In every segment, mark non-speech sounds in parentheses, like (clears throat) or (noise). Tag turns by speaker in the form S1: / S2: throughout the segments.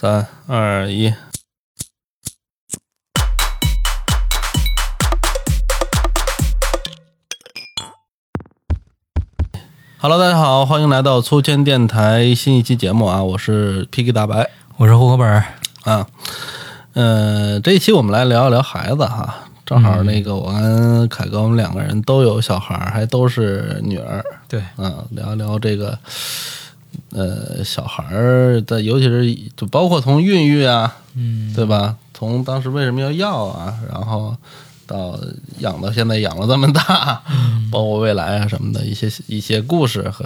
S1: 三二一，Hello，大家好，欢迎来到粗间电台新一期节目啊，我是 PK 大白
S2: 我是户口本儿，
S1: 啊，呃，这一期我们来聊一聊孩子哈，正好那个我跟凯哥我们两个人都有小孩儿，还都是女儿，
S2: 对，
S1: 嗯，聊一聊这个呃小孩儿的，尤其是就包括从孕育啊，
S2: 嗯，
S1: 对吧？从当时为什么要要啊，然后到养到现在养了这么大，
S2: 嗯
S1: 包括未来啊什么的一些一些故事和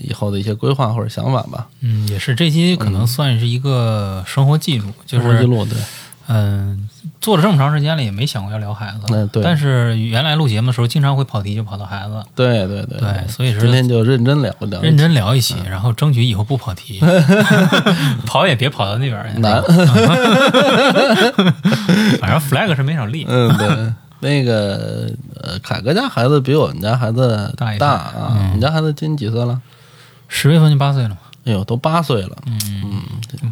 S1: 以后的一些规划或者想法吧，
S2: 嗯，也是这期可能算是一个生活记录，就
S1: 生活记
S2: 是
S1: 录对，
S2: 嗯、做了这么长时间了，也没想过要聊孩子，
S1: 嗯对
S2: 但是原来录节目的时候，经常会跑题，就跑到孩子，
S1: 对对对
S2: 对，所以
S1: 今
S2: 是
S1: 天嗯就认真聊一聊，
S2: 认真聊一期，然后争取以后不
S1: (laughs)
S2: 跑题，跑也别跑到那边儿去，
S1: 难，
S2: 反正 flag 是没少
S1: (laughs)
S2: 立，
S1: 嗯对。那个呃，凯哥家孩子比我们家孩子
S2: 大一点嗯
S1: 啊，你家孩子今年几岁了？
S2: 十月份就八岁了嘛，
S1: 哎呦，都八岁了，
S2: 嗯，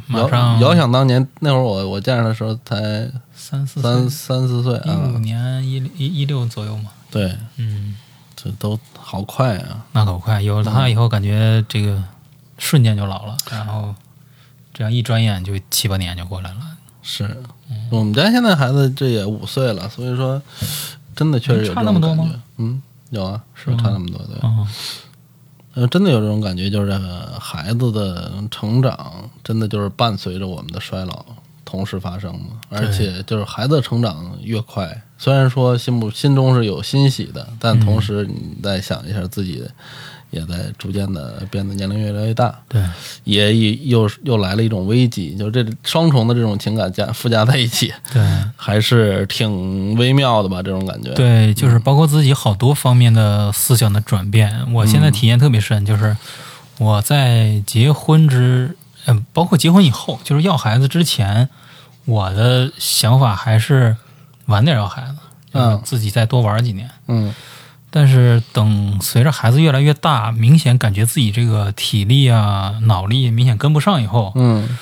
S2: 马
S1: 遥
S2: 上
S1: 遥想当年那会儿我，我见着的时候才
S2: 三四嗯
S1: 三三四岁
S2: 一五
S1: 啊，
S2: 年一一一六左右嘛，
S1: 对，
S2: 嗯，
S1: 这都好快啊！
S2: 那可不快，有了它以后，感觉这个瞬间就老了，然后这样一转眼就七八年就过来了，
S1: 是
S2: 嗯
S1: 我们家现在孩子这也五岁了，所以说真的确实有
S2: 差
S1: 这
S2: 那
S1: 种
S2: 么多
S1: 感
S2: 吗
S1: 觉。嗯，有啊，是
S2: 吗
S1: 差那么多，对，
S2: 嗯，
S1: 呃，真的有这种感觉，就是呃孩子的成长真的就是伴随着我们的衰老同时发生的，而且就是孩子的成长越快，虽然说心不心中是有欣喜的，但同时你再想一下自己。也在逐渐的变得年龄越来越大，
S2: 对，
S1: 也以又又来了一种危机，就这双重的这种情感加附加在一起，
S2: 对，
S1: 还是挺微妙的吧？这种感觉，
S2: 对，就是包括自己好多方面的思想的转变，我现在体验特别深，就是我在结婚之，嗯、包括结婚以后，就是要孩子之前，我的想法还是晚点要孩子，就是
S1: 嗯
S2: 自己再多玩几年。
S1: 嗯，
S2: 但是等随着孩子越来越大，明显感觉自己这个体力啊、脑力明显跟不上以后，
S1: 嗯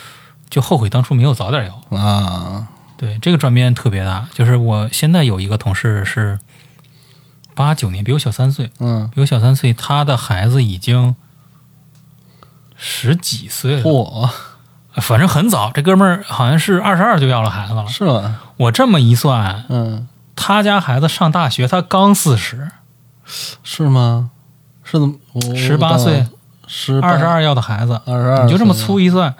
S2: 就后悔当初没有早点要。
S1: 啊，
S2: 对，这个转变特别大。就是我现在有一个同事是八九年，比我小三岁，
S1: 嗯，
S2: 比我小三岁，他的孩子已经十几岁了，
S1: 嚯，
S2: 反正很早。这哥们儿好像是二十二就要了孩子了。
S1: 是吧？
S2: 我这么一算，
S1: 嗯，
S2: 他家孩子上大学，他刚四十，
S1: 是吗？是怎么？
S2: 十八岁，，
S1: 十
S2: 二十，二要的孩子。
S1: 二十二，
S2: 你就这么？粗一算，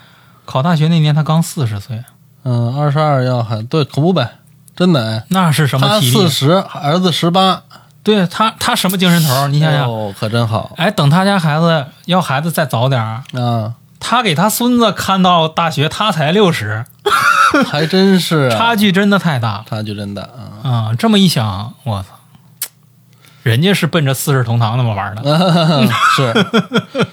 S2: 考大学那年他刚四十岁，
S1: 嗯，二十二要还对，可不呗，真的哎。
S2: 那是什么
S1: 他
S2: 体
S1: 四
S2: 力？啊
S1: 十，儿子十八，
S2: 对他，他什么精神头儿？你想想，
S1: 哦，可真好
S2: 哎，等他家孩子要孩子再早点儿，
S1: 啊，
S2: 他给他孙子看到大学，他才六十，
S1: 还真是啊
S2: 差距真的太大了
S1: 差距真大啊。
S2: 啊、这么一想，我操，人家是奔着四世同堂那么玩儿
S1: 嗯
S2: 的，
S1: 是。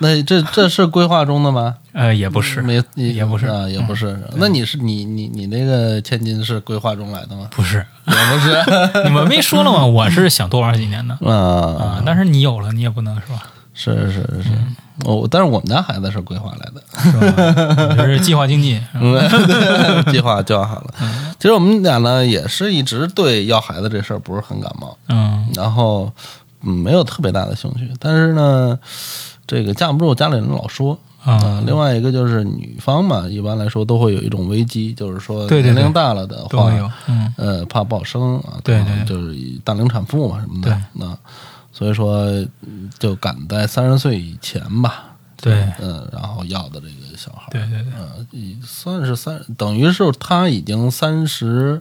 S1: 那这这是规划中的吗？
S2: 呃，也不是，
S1: 没
S2: 也不是嗯？
S1: 啊，也不是。那你是你你你那个千金是规划中来的吗
S2: 不是，
S1: 也不是 (laughs)
S2: 你们没说了吗？我是想多玩几年的啊、嗯
S1: 啊，
S2: 但是你有了，你也不能是吧？
S1: 是是是。我但是我们家孩子是规划来的，
S2: 是吧？
S1: (laughs)
S2: 你这是计划经济，是吧
S1: 嗯计划计划好了。
S2: 嗯
S1: 其实我们俩呢，也是一直对要孩子这事儿不是很感冒，
S2: 嗯
S1: 然后嗯没有特别大的兴趣。但是呢，这个架不住家里人老说，
S2: 啊、
S1: 啊，另外一个就是女方嘛，一般来说都会有一种危机，就是说
S2: 对对对
S1: 年龄大了的
S2: 都
S1: 话，
S2: 会有，嗯。
S1: 呃，怕不好生啊，
S2: 对对
S1: 可能就是以大龄产妇嘛什么的，那所以说嗯就赶在三十岁以前吧，
S2: 对
S1: 嗯，然后要的这个小孩，
S2: 对对对，
S1: 呃，也算是三，等于是他已经三十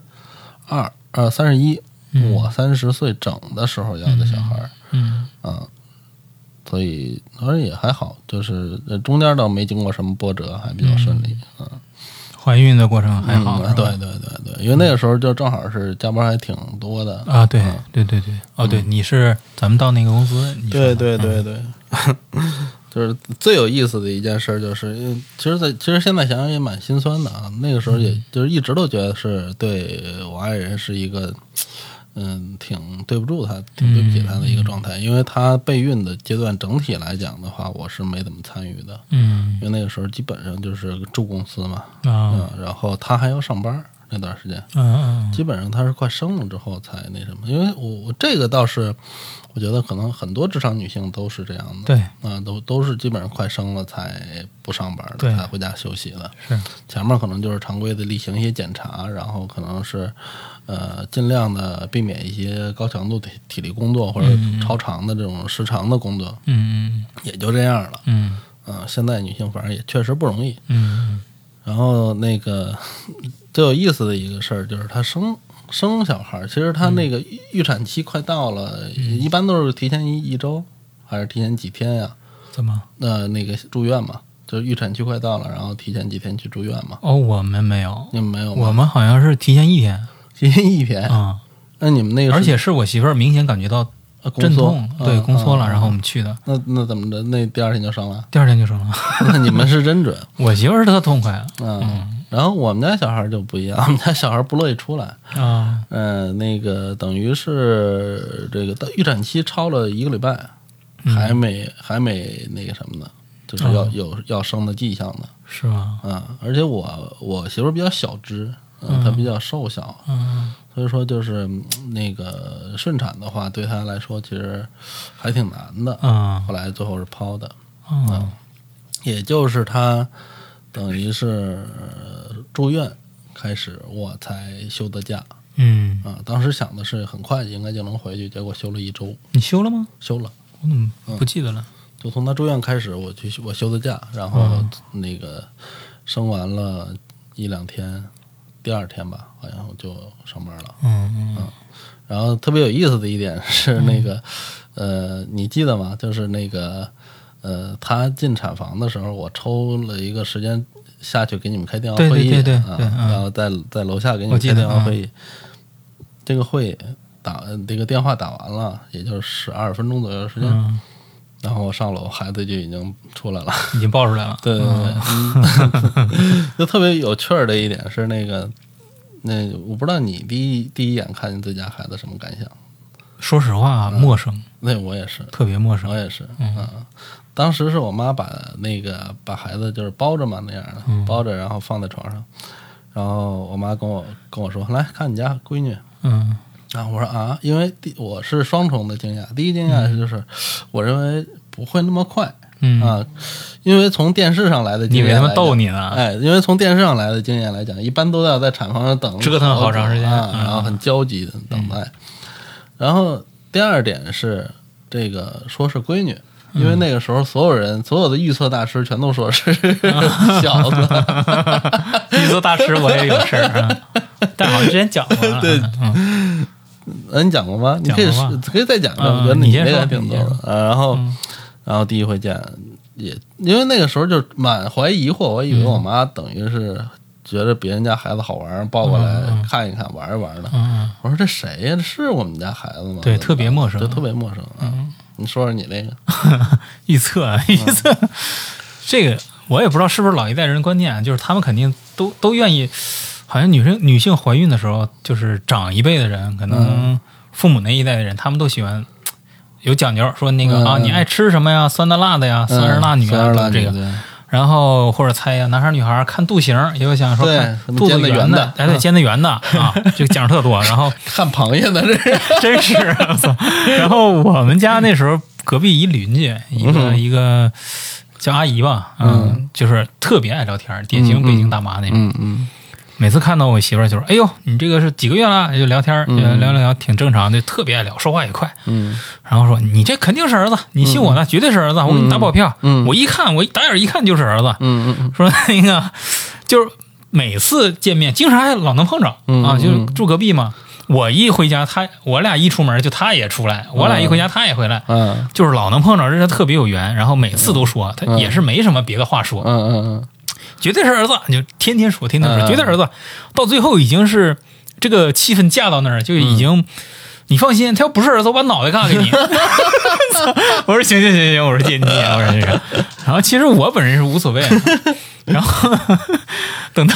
S1: 二，呃，三十一，
S2: 嗯
S1: 我三十岁整的时候要的小孩，
S2: 嗯，
S1: 啊，所以而也还好，就是呃中间倒没经过什么波折，还比较顺利。
S2: 怀孕的过程还好，
S1: 嗯
S2: 是吧
S1: 对对对对，因为那个时候就正好是加班还挺多的。
S2: 啊，对对对对，哦，对，你是咱们到那个公司，你说的，
S1: 对对对，嗯 (laughs) 就是最有意思的一件事，就是因为其实在，其实现在想想也蛮嗯心酸的啊。那个时候也就是一直都觉得是对我爱人是一个嗯，挺对不住他，挺对不起他的一个状态，因为他备孕的阶段整体来讲的话，我是没怎么参与的，
S2: 嗯
S1: 因为那个时候基本上就是住公司嘛，
S2: 啊
S1: 嗯，然后他还要上班儿那段时间，
S2: 嗯嗯
S1: 基本上他是快生了之后才那什么，因为我我这个倒是，我觉得可能很多职场女性都是这样的，
S2: 对
S1: 啊，都都是基本上快生了才不上班
S2: 对
S1: 的，才回家休息的。
S2: 是
S1: 前面可能就是常规的例行一些检查，然后可能是，呃，尽量的避免一些高强度体体力工作或者超长的这种时长的工作，
S2: 嗯
S1: 也就这样了。
S2: 嗯
S1: 嗯、现在女性反正也确实不容易。
S2: 嗯嗯
S1: 然后那个 (laughs) 最有意思的一个事儿就是她生生小孩儿，其实她那
S2: 嗯
S1: 个预预产期快到了，一般都是提前一一周还是提前几天呀、
S2: 怎么？
S1: 那那个住院嘛，就是预产期快到了，然后提前几天去住院嘛。
S2: 哦，我们没有，
S1: 你们没有吗？
S2: 我们好像是提前一天
S1: 提前一天，
S2: 啊，
S1: 那你们那个
S2: 而
S1: 是
S2: 且是我媳妇儿明显感觉到
S1: 呃宫
S2: 阵
S1: 缩
S2: 痛，对，
S1: 嗯
S2: 宫缩了，
S1: 嗯
S2: 然后我们去的，
S1: 那那怎么着？那第二天就生
S2: (laughs)
S1: 了？
S2: 第二天就生了。
S1: 那你们是真准，
S2: 我媳妇儿是特痛快啊
S1: 嗯。然后我们家小孩儿就不一样，我们家小孩儿不乐意出来，
S2: 啊，
S1: 嗯、那个等于是这个到预产期超了一个礼拜，还没还没那个什么呢，就是要、有要生的迹象呢，
S2: 是吧？
S1: 啊、而且我我媳妇儿比较小只，嗯，她比较瘦小，
S2: 嗯
S1: 所以说就是嗯那个顺产的话，对她来说其实还挺难的。
S2: 啊
S1: 后来最后是剖的，
S2: 啊
S1: 也就是她等于是呃住院开始，我才休的假。
S2: 嗯，
S1: 啊，当时想的是很快应该就能回去，结果休了一周，
S2: 你休了吗？
S1: 休了。
S2: 我怎么不记得了？
S1: 就从他住院开始，我去休我休的假，然后那个生完了一两天，第二天吧，好像我就上班了。
S2: 嗯嗯
S1: 然后特别有意思的一点 (laughs) 是那个，呃，你记得吗？就是那个，呃，他进产房的时候，我抽了一个时间下去给你们开电话
S2: 对对
S1: 会议，
S2: 对对
S1: 啊
S2: 对嗯
S1: 然后在在楼下给你
S2: 我
S1: 们
S2: 记
S1: 开
S2: 得
S1: 电话
S2: 嗯
S1: 会议。这个会打呃这个电话打完了，也就是十二分钟左右的时间，
S2: 嗯，
S1: 然后我上楼，孩子就已经出来了。
S2: (laughs) 已经爆出来了。
S1: 对对对，嗯 (laughs) 就特别有趣儿的一点是那个，那我不知道你第一第一眼看见自家孩子什么感想？
S2: 说实话，陌生，
S1: 那我也是，
S2: 特别陌生
S1: 我。也是，嗯，当时是我妈把那个把孩子就是包着嘛那样的，包着然后放在床上，然后我妈跟我跟我说，来看你家闺女。
S2: 嗯
S1: 然后我说啊，因为第我是双重的惊讶，第一惊讶就是、我认为不会那么快
S2: 嗯，
S1: 啊，因为从电视上来的
S2: 你以
S1: 经
S2: 为
S1: 验
S2: 他
S1: 来
S2: 们
S1: 讲
S2: 逗你呢？
S1: 哎，因为从电视上来的经验来讲，一般都要在产房上等
S2: 折腾好长时间
S1: 啊，
S2: 嗯
S1: 然后很焦急的等待。然后第二点是这个说是闺女。因
S2: 嗯
S1: 为那个时候，所有人、所有的预测大师全都说是 (laughs) 小子，
S2: 你做大师，我也有事儿啊。但好像之前讲过了。
S1: 对
S2: 嗯
S1: 嗯，你讲过吗？你可以
S2: 讲过吧
S1: 可以再讲一遍，啊我
S2: 嗯
S1: 觉得
S2: 你先
S1: 那个
S2: 说嗯
S1: 还挺逗
S2: 你
S1: 的。啊然后，然后第一回见，也因为那个时候就满怀疑惑，我以为我妈等于是觉得别人家孩子好玩，抱过来看一看，玩一玩呢。
S2: 嗯，
S1: 我说这谁呀？这是我们家孩子吗？
S2: 对特别陌生嗯
S1: 对，特别陌生啊！你说说你那个，
S2: 预测预测，这个我也不知道是不是老一代人的观念啊，就是他们肯定都都愿意，好像女生女性怀孕的时候，就是长一辈的人，可能父母那一代的人，他们都喜欢。有讲究，说那个、
S1: 嗯
S2: 啊，你爱吃什么呀？酸的、辣的呀， (laughs) 三儿辣女
S1: 三
S2: 啊，
S1: 儿
S2: 都
S1: 辣
S2: 是
S1: 女
S2: 这个。
S1: 对
S2: 然后或者猜呀，男孩儿女孩儿看肚型儿，也有想说
S1: 对
S2: 看
S1: 什么
S2: 肚子
S1: 尖的
S2: 圆
S1: 圆的 (laughs)
S2: 哎对，尖的圆的啊，这个讲究特多。然后
S1: 看螃蟹呢，这
S2: (laughs)
S1: 是
S2: 真是，我操然后我们家那时候隔壁一邻居，一
S1: 嗯
S2: 个、一个叫阿姨吧，嗯，就是特别爱聊天儿，典型北京大妈那种。
S1: 嗯嗯
S2: 每次看到我媳妇儿就说：“哎呦，你这个是几个月了？”就聊天儿，聊聊聊，挺正常的，就特别爱聊，说话也快。
S1: 嗯，
S2: 然后说：“你这肯定是儿子，你信我的，绝对是儿子，我给你打保票。
S1: 嗯
S2: 我一看，我一打眼一看就是儿子。
S1: 嗯嗯
S2: 说那个就是每次见面，经常还老能碰着
S1: 嗯
S2: 啊，
S1: 嗯
S2: 就是住隔壁嘛。我一回家，他我俩一出门就他也出来，我俩一回家他也回来，
S1: 嗯
S2: 就是老能碰着，这是特别有缘。然后每次都说，他也是没什么别的话说，
S1: 嗯嗯
S2: 绝对是儿子，你就天天说，天天
S1: 嗯
S2: 说，绝对是儿子。到最后已经是这个气氛架到那儿，就已经。你放心，他要不是儿子，我把脑袋干给你。 (laughs) 我说行行行行，我说姐你，啊我说这个。然后其实我本人是无所谓的，然后等到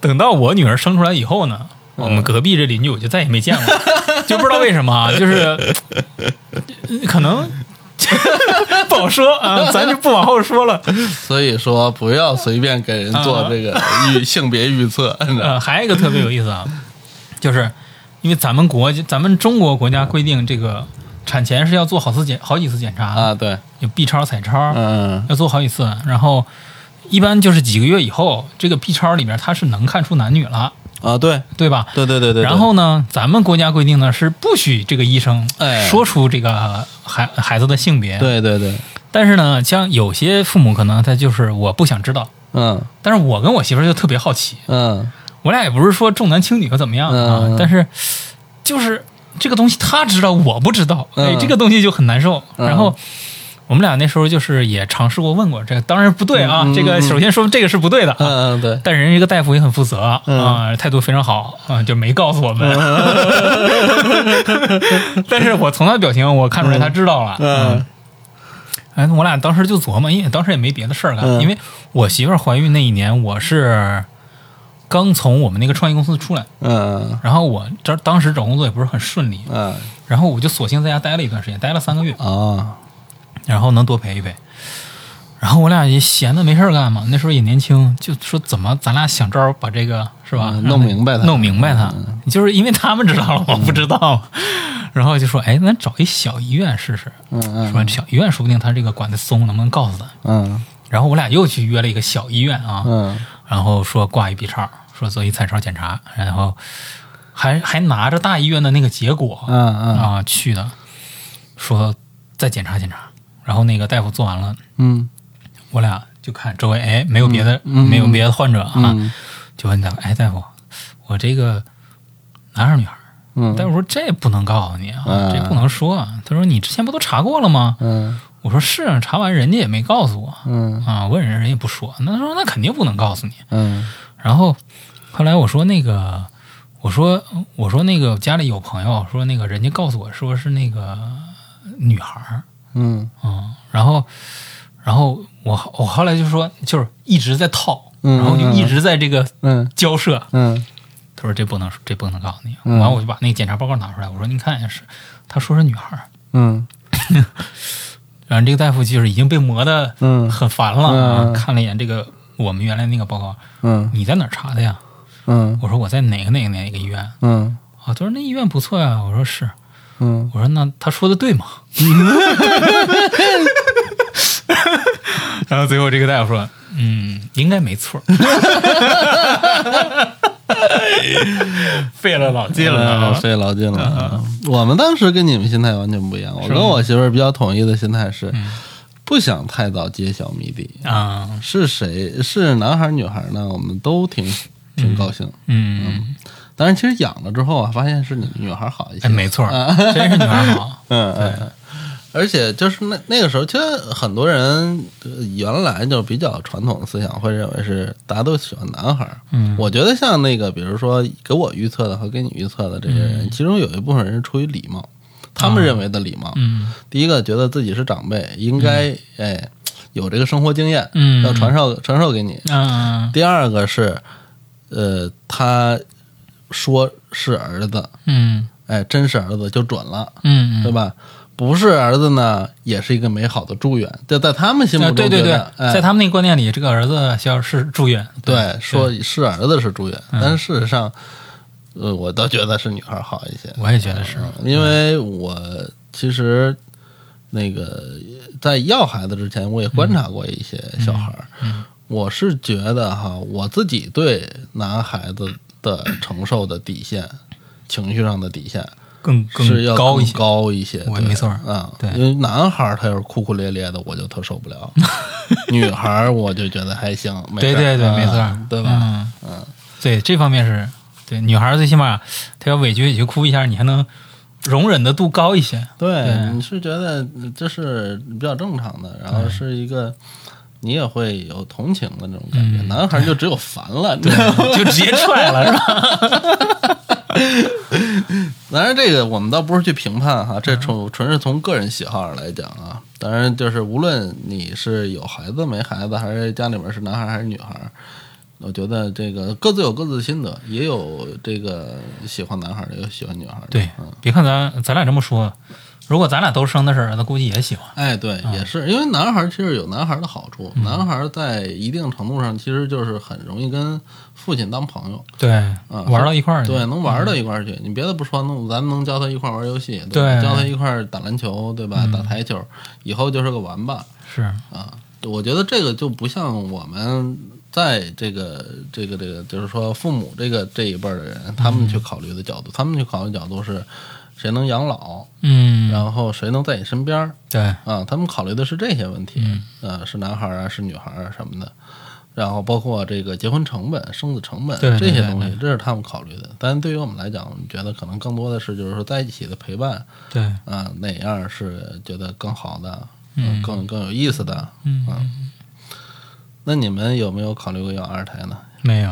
S2: 等到我女儿生出来以后呢，我们隔壁这邻居我就再也没见过，就不知道为什么啊，就是可能 (laughs) 不好说啊，咱就不往后说了。
S1: 所以说不要随便给人做这个
S2: 嗯
S1: 预性别预
S2: (laughs)
S1: 测，
S2: 呃，还有一个特别有意思啊，就是因为咱们国家咱们中国国家规定，这个产前是要做好次检好几次检查的，
S1: 啊，对，
S2: 有 B 超、彩超，
S1: 嗯，
S2: 要做好几次。然后一般就是几个月以后，这个 B 超里面它是能看出男女了，
S1: 啊，对，
S2: 对吧？
S1: 对对对对，
S2: 然后呢，咱们国家规定呢是不许这个医生
S1: 哎
S2: 说出这个孩孩子的性别。
S1: 对对对，
S2: 但是呢，像有些父母可能他就是我不想知道，
S1: 嗯
S2: 但是我跟我媳妇儿就特别好奇，
S1: 嗯，
S2: 我俩也不是说重男轻女或怎么样啊，
S1: 嗯嗯
S2: 但是就是这个东西他知道我不知道，
S1: 嗯
S2: 哎，这个东西就很难受。
S1: 嗯
S2: 然后我们俩那时候就是也尝试过问过，这个当然不对啊，
S1: 嗯嗯
S2: 这个
S1: 嗯
S2: 首先说这个是不对的啊。
S1: 嗯嗯，对，
S2: 但人家这个大夫也很负责啊、
S1: 嗯
S2: 态度非常好啊、就没告诉我们。
S1: 嗯
S2: (laughs) 但是我从他表情我看出来他知道了。
S1: 嗯
S2: 哎，我俩当时就琢磨，因为当时也没别的事儿干，
S1: 嗯
S2: 因为我媳妇儿怀孕那一年，我是刚从我们那个创业公司出来，
S1: 嗯
S2: 然后我这当时找工作也不是很顺利，
S1: 嗯
S2: 然后我就索性在家待了一段时间，待了三个月，
S1: 啊，
S2: 然后能多陪一陪。然后我俩也闲的没事儿干嘛，那时候也年轻，就说怎么咱俩想招儿把这个是吧、
S1: 嗯
S2: 让他
S1: 弄明白嗯它
S2: 弄明白它，就是因为他们知道了，我不知道。然后就说，哎，咱找一小医院试试，
S1: 嗯嗯
S2: 说小医院说不定他这个管的松，能不能告诉咱？
S1: 嗯
S2: 然后我俩又去约了一个小医院啊，
S1: 嗯
S2: 然后说挂一 B 超，说做一彩超检查，然后还还拿着大医院的那个结果啊、
S1: 嗯
S2: 去的，说再检查检查。然后那个大夫做完了，
S1: 嗯
S2: 我俩就看周围，哎，没有别的，
S1: 嗯嗯
S2: 没有别的患者啊，
S1: 嗯
S2: 就问大夫，哎，大夫，我这个男孩女孩？
S1: 嗯
S2: 大夫说这不能告诉你啊，
S1: 嗯
S2: 这不能说啊。他说你之前不都查过了吗？
S1: 嗯
S2: 我说是啊，查完人家也没告诉我
S1: 嗯
S2: 啊，问人人也不说。那他说那肯定不能告诉你。啊
S1: 嗯
S2: 然后后来我说那个，我说我说那个家里有朋友说那个人家告诉我说是那个女孩儿，
S1: 嗯
S2: 嗯，然后然后我后我后来就说就是一直在套，
S1: 嗯
S2: 然后就一直在这个
S1: 嗯
S2: 交涉。
S1: 嗯
S2: 他说这不能说这不能告诉你。
S1: 嗯
S2: 完我就把那个检查报告拿出来，我说你看一下是，他说是女孩儿。
S1: 嗯
S2: 然后这个大夫就是已经被磨得
S1: 嗯
S2: 很烦了，啊
S1: 嗯
S2: 看了一眼这个我们原来那个报告，
S1: 嗯
S2: 你在哪儿查的呀？
S1: 嗯
S2: 我说我在哪个哪个哪个医院啊？
S1: 嗯
S2: 他说那医院不错呀、我说是，
S1: 嗯
S2: 我说那他说的对吗？ (laughs) 然后最后这个大夫说，嗯，应该没错儿。费了老劲了
S1: 嗯
S2: 啊，
S1: 费老劲了。我们当时跟你们心态完全不一样，我跟我媳妇儿比较统一的心态
S2: 嗯
S1: 是，不想太早揭晓谜底。
S2: 啊，
S1: 是谁是男孩儿女孩儿呢？我们都挺挺高兴。
S2: 嗯，
S1: 但是其实养了之后啊，发现是女女孩儿好一些。
S2: 哎，没错儿，真是女孩好，
S1: 嗯嗯。嗯而且就是那那个时候，其实很多人、呃原来就比较传统的思想会认为是大家都喜欢男孩儿。
S2: 嗯
S1: 我觉得像那个，比如说给我预测的和给你预测的这些
S2: 嗯
S1: 人，其中有一部分人是出于礼貌，他们认为的礼貌。
S2: 啊嗯
S1: 第一个觉得自己是长辈，应该、哎有这个生活经验，
S2: 嗯，
S1: 要传授传授给你。
S2: 嗯
S1: 第二个是，呃，他说是儿子，
S2: 嗯
S1: 哎，真是儿子就准了，
S2: 嗯，
S1: 对吧？不是儿子呢，也是一个美好的祝愿，就在他们心目
S2: 啊
S1: 中
S2: 对对
S1: 觉
S2: 对
S1: 得，，哎、
S2: 在他们那个观念里，这个儿子要是住院，
S1: 对说是儿子是祝愿，
S2: 嗯
S1: 但是事实上，呃，我倒觉得是女孩好一些，
S2: 我也觉得是，
S1: 因为我其实那个在要孩子之前，我也
S2: 嗯
S1: 观察过一些小孩儿、我是觉得哈，我自己对男孩子的承受的底线。情绪上的底线
S2: 更
S1: 是要
S2: 更高一些
S1: 更，高一些，
S2: 我
S1: 对
S2: 没错儿
S1: 啊、
S2: 对
S1: 因为男孩儿他要是哭哭咧咧的，我就特受不
S2: (laughs)
S1: 了；女孩儿我就觉得还行，没
S2: 对
S1: 事儿
S2: 对对，
S1: 啊
S2: 没错儿，
S1: 对吧？
S2: 嗯对这方面是对女孩儿最起码她要委屈委屈哭一下，你还能容忍的度高
S1: (laughs)
S2: 一些，对
S1: 对，你是觉得这是比较正常的，然后是一个你也会有同情的那种感觉。
S2: 嗯
S1: 男孩就只有烦
S2: (laughs)
S1: 了，你知道吗？
S2: 就直接踹了是
S1: 嗯
S2: 吧？
S1: 当然，这个我们倒不是去评判哈，
S2: 嗯
S1: 这纯纯是从个人喜好上来讲啊。当然，就是无论你是有孩子没孩子，还是家里面是男孩还是女孩，我觉得这个各自有各自的心得，也有这个喜欢男孩的，也有喜欢女孩的。
S2: 对
S1: 嗯，
S2: 别看咱咱俩这么说，如果咱俩都生的事儿，他估计也喜欢。
S1: 哎，对，也是，因为男孩儿其实有男孩儿的好处，
S2: 嗯
S1: 男孩儿在一定程度上其实就是很容易跟父亲当朋友，
S2: 对，
S1: 嗯
S2: 玩到一块儿去。
S1: 对，能玩儿
S2: 嗯
S1: 到一块儿去。你别的不说，能咱们能教他一块儿玩儿游戏，
S2: 对
S1: 吧
S2: 嗯
S1: 教他一块儿打篮球，对吧？打台球，以后就是个玩伴
S2: 是，
S1: 啊。我觉得这个就不像我们在这个这个这个，就是说父母这个这一辈儿的人，他
S2: 嗯
S1: 们去考虑的角度，他们去考虑的角度是谁能养老，
S2: 嗯，
S1: 然后谁能在你身边儿。
S2: 对，
S1: 啊，他们考虑的是这些问题，
S2: 嗯
S1: 呃，是男孩儿啊，是女孩儿啊什么的，然后包括这个结婚成本、生子成本
S2: 对对
S1: 这些
S2: 对
S1: 东西，这是他们考虑的。但对于我们来讲，我们觉得可能更多的是就是说在一起的陪伴
S2: 对，
S1: 啊，哪样是觉得更好的，嗯，更更有意思的。
S2: 嗯，
S1: 那你们有没有考虑过要二胎呢？
S2: 没
S1: (laughs)
S2: 有。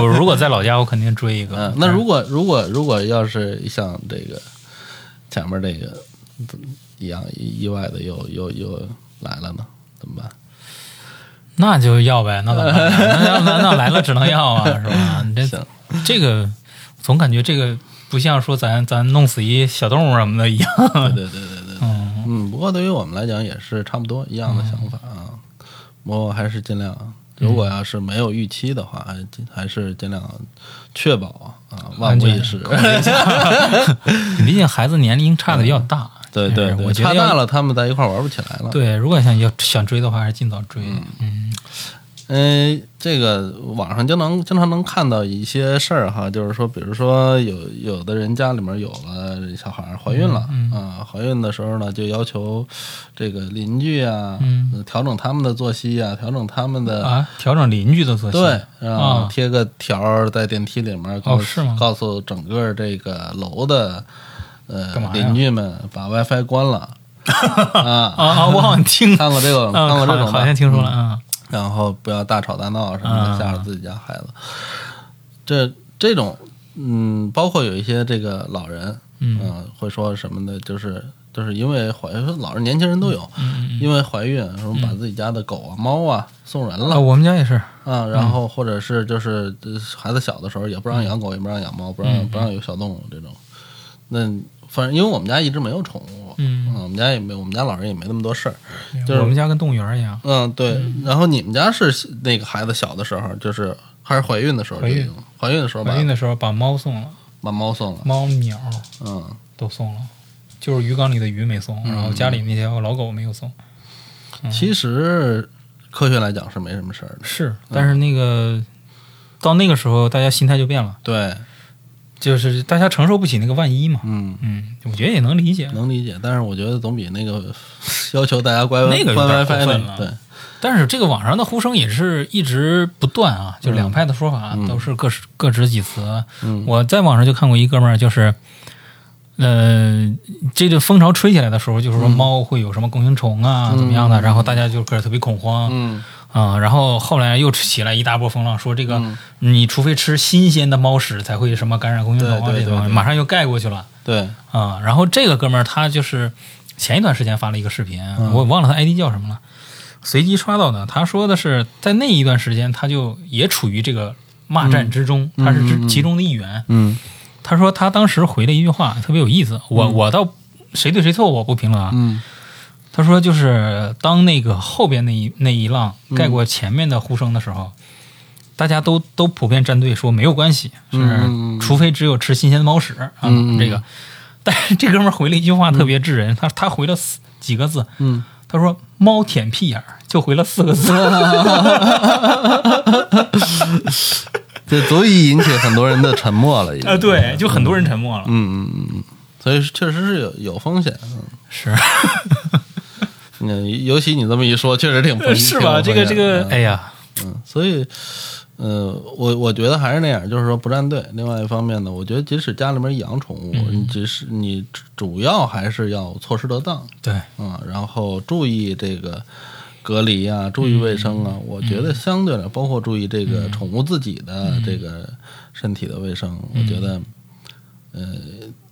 S2: 我如果在老家，我肯定追一
S1: 嗯、
S2: 个。
S1: 那如果如果如果要是像这个前面这个一样意外的又又又来了呢，怎么办？
S2: 那就要呗，那怎么
S1: (laughs)
S2: 办？那那那来了只能要啊，是吧？你这
S1: 行，
S2: 这个，总感觉这个不像说咱咱弄死一小动物什么的一样。
S1: 对对对对对，嗯，不过对于我们来讲也是差不多一样的想法啊。不过还是尽量，如果要是没有预期的话，还尽还是尽量确保啊，万无一
S2: (laughs)
S1: 失。
S2: 毕竟孩子年龄差的比较大，
S1: 对
S2: 就是
S1: 对对，
S2: 我觉
S1: 差
S2: 得
S1: 大
S2: 要
S1: 了，他们在一块儿玩不起来了。
S2: 对，如果想要想追的话，还是尽早追。嗯，
S1: 嗯，这个网上经常经常能看到一些事儿哈，就是说，比如说有有的人家里面有了小孩儿怀孕了，
S2: 嗯
S1: 啊，怀孕的时候呢，就要求这个邻居啊，
S2: 嗯
S1: 呃调整他们的作息啊，调整他们的
S2: 啊，调整邻居的作息。
S1: 对，然后
S2: 啊哦
S1: 贴个条儿在电梯里面告诉、
S2: 是吗
S1: 告诉整个这个楼的呃
S2: 干嘛呀
S1: 邻居们把 WiFi 关了
S2: (laughs)
S1: 啊。
S2: 啊啊！我好像听
S1: 看过这个，
S2: 啊
S1: 看过这
S2: 好
S1: 种嗯吧
S2: 好像听说了啊。
S1: 然后不要大吵大闹啊什么的，
S2: 嗯
S1: 吓着自己家孩子。这这种，嗯，包括有一些这个老人，
S2: 嗯
S1: 呃会说什么的，就是就是因为怀，老人、年轻人都有，
S2: 嗯
S1: 因为怀孕，什么把自己家的狗啊、猫啊送人了
S2: 啊，，我们家也是。
S1: 啊，
S2: 嗯
S1: 然后或者是就是呃孩子小的时候也不让养狗，也不让养猫，不
S2: 嗯
S1: 让不让有小动物这种。那反正因为我们家一直没有宠物，啊
S2: 嗯，
S1: 我们家也没，我们家老人也没那么多事儿。嗯就是
S2: 我们家跟动物园一样。
S1: 嗯，对。然后你们家是那个孩子小的时候，就是还是怀孕的时候就
S2: 怀
S1: 已
S2: 孕
S1: 经怀孕的时候把
S2: 怀孕的时候把猫送了，
S1: 把猫送了，
S2: 猫鸟
S1: 嗯，
S2: 都送了，就是鱼缸里的鱼没送，然后家里那些老狗没有送。
S1: 嗯其实科学来讲是没嗯什么事儿的。
S2: 是，但是那个到那个时候，大家心态就变了，
S1: 对，
S2: 就是大家承受不起那个万一嘛。
S1: 嗯，
S2: 嗯，我觉得也能理解。
S1: 能理解。但是我觉得总比那个 (laughs) 要求大家关
S2: 那个有点
S1: 关
S2: 过
S1: WiFi
S2: 分
S1: 那
S2: 了
S1: 对，
S2: 但是这个网上的呼声也是一直不断啊，就两派的说法都是各各执己词。
S1: 嗯
S2: 我在网上就看过一哥们儿，就是，呃，这个风潮吹起来的时候，
S1: 嗯
S2: 就是说猫会有什么弓形虫啊，怎么样的，然后大家就开始特别恐慌。
S1: 嗯
S2: 啊、然后后来又起来一大波风浪，说这个、
S1: 嗯
S2: 你除非吃新鲜的猫屎才会什么感染弓形虫啊
S1: 对对
S2: 这
S1: 对
S2: 种，
S1: 对
S2: 马上又盖过去了
S1: 对，
S2: 啊、然后这个哥们儿他就是前一段时间发了一个视频，
S1: 嗯
S2: 我忘了他 ID 叫什么了，随机刷到的。他说的是在那一段时间，他就也处于这个骂战之中，他是之其中的一员。
S1: 嗯
S2: 他说他当时回了一句话特别有意思，我、我倒谁对谁错我不评论啊，
S1: 嗯。
S2: 他说，就是当那个后边那一那一浪
S1: 嗯
S2: 盖过前面的呼声的时候，大家都都普遍站队说没有关系，是、
S1: 嗯
S2: 除非只有吃新鲜的猫屎啊、
S1: 嗯嗯
S2: 这个。 (laughs) 但是这哥们儿回了一句话特别致人，他他回了四几个字，
S1: 嗯，
S2: 他说“猫舔屁眼儿”，就回了四个
S1: (laughs)
S2: 字。
S1: 这足以引起很多人的沉默了，已经。
S2: 啊，对，就很多人沉默了。
S1: 嗯，嗯嗯嗯，所以确实是有有风险。
S2: (laughs) 是
S1: 嗯，尤其你这么一说，确
S2: (laughs)
S1: 实挺风
S2: 是吧？这
S1: 挺有风
S2: 个
S1: 险
S2: 这个，
S1: 的
S2: 哎呀，
S1: 嗯，所以，呃，我我觉得还是那样，就是说不站队。另外一方面呢，我觉得即使家里面养宠物，
S2: 嗯
S1: 你只是你主要还是要措施得当，
S2: 对，
S1: 嗯，然后注意这个隔离啊，注意卫生啊。我觉得相对来，包括注意这个宠物自己的这个身体的卫生，我觉得，呃，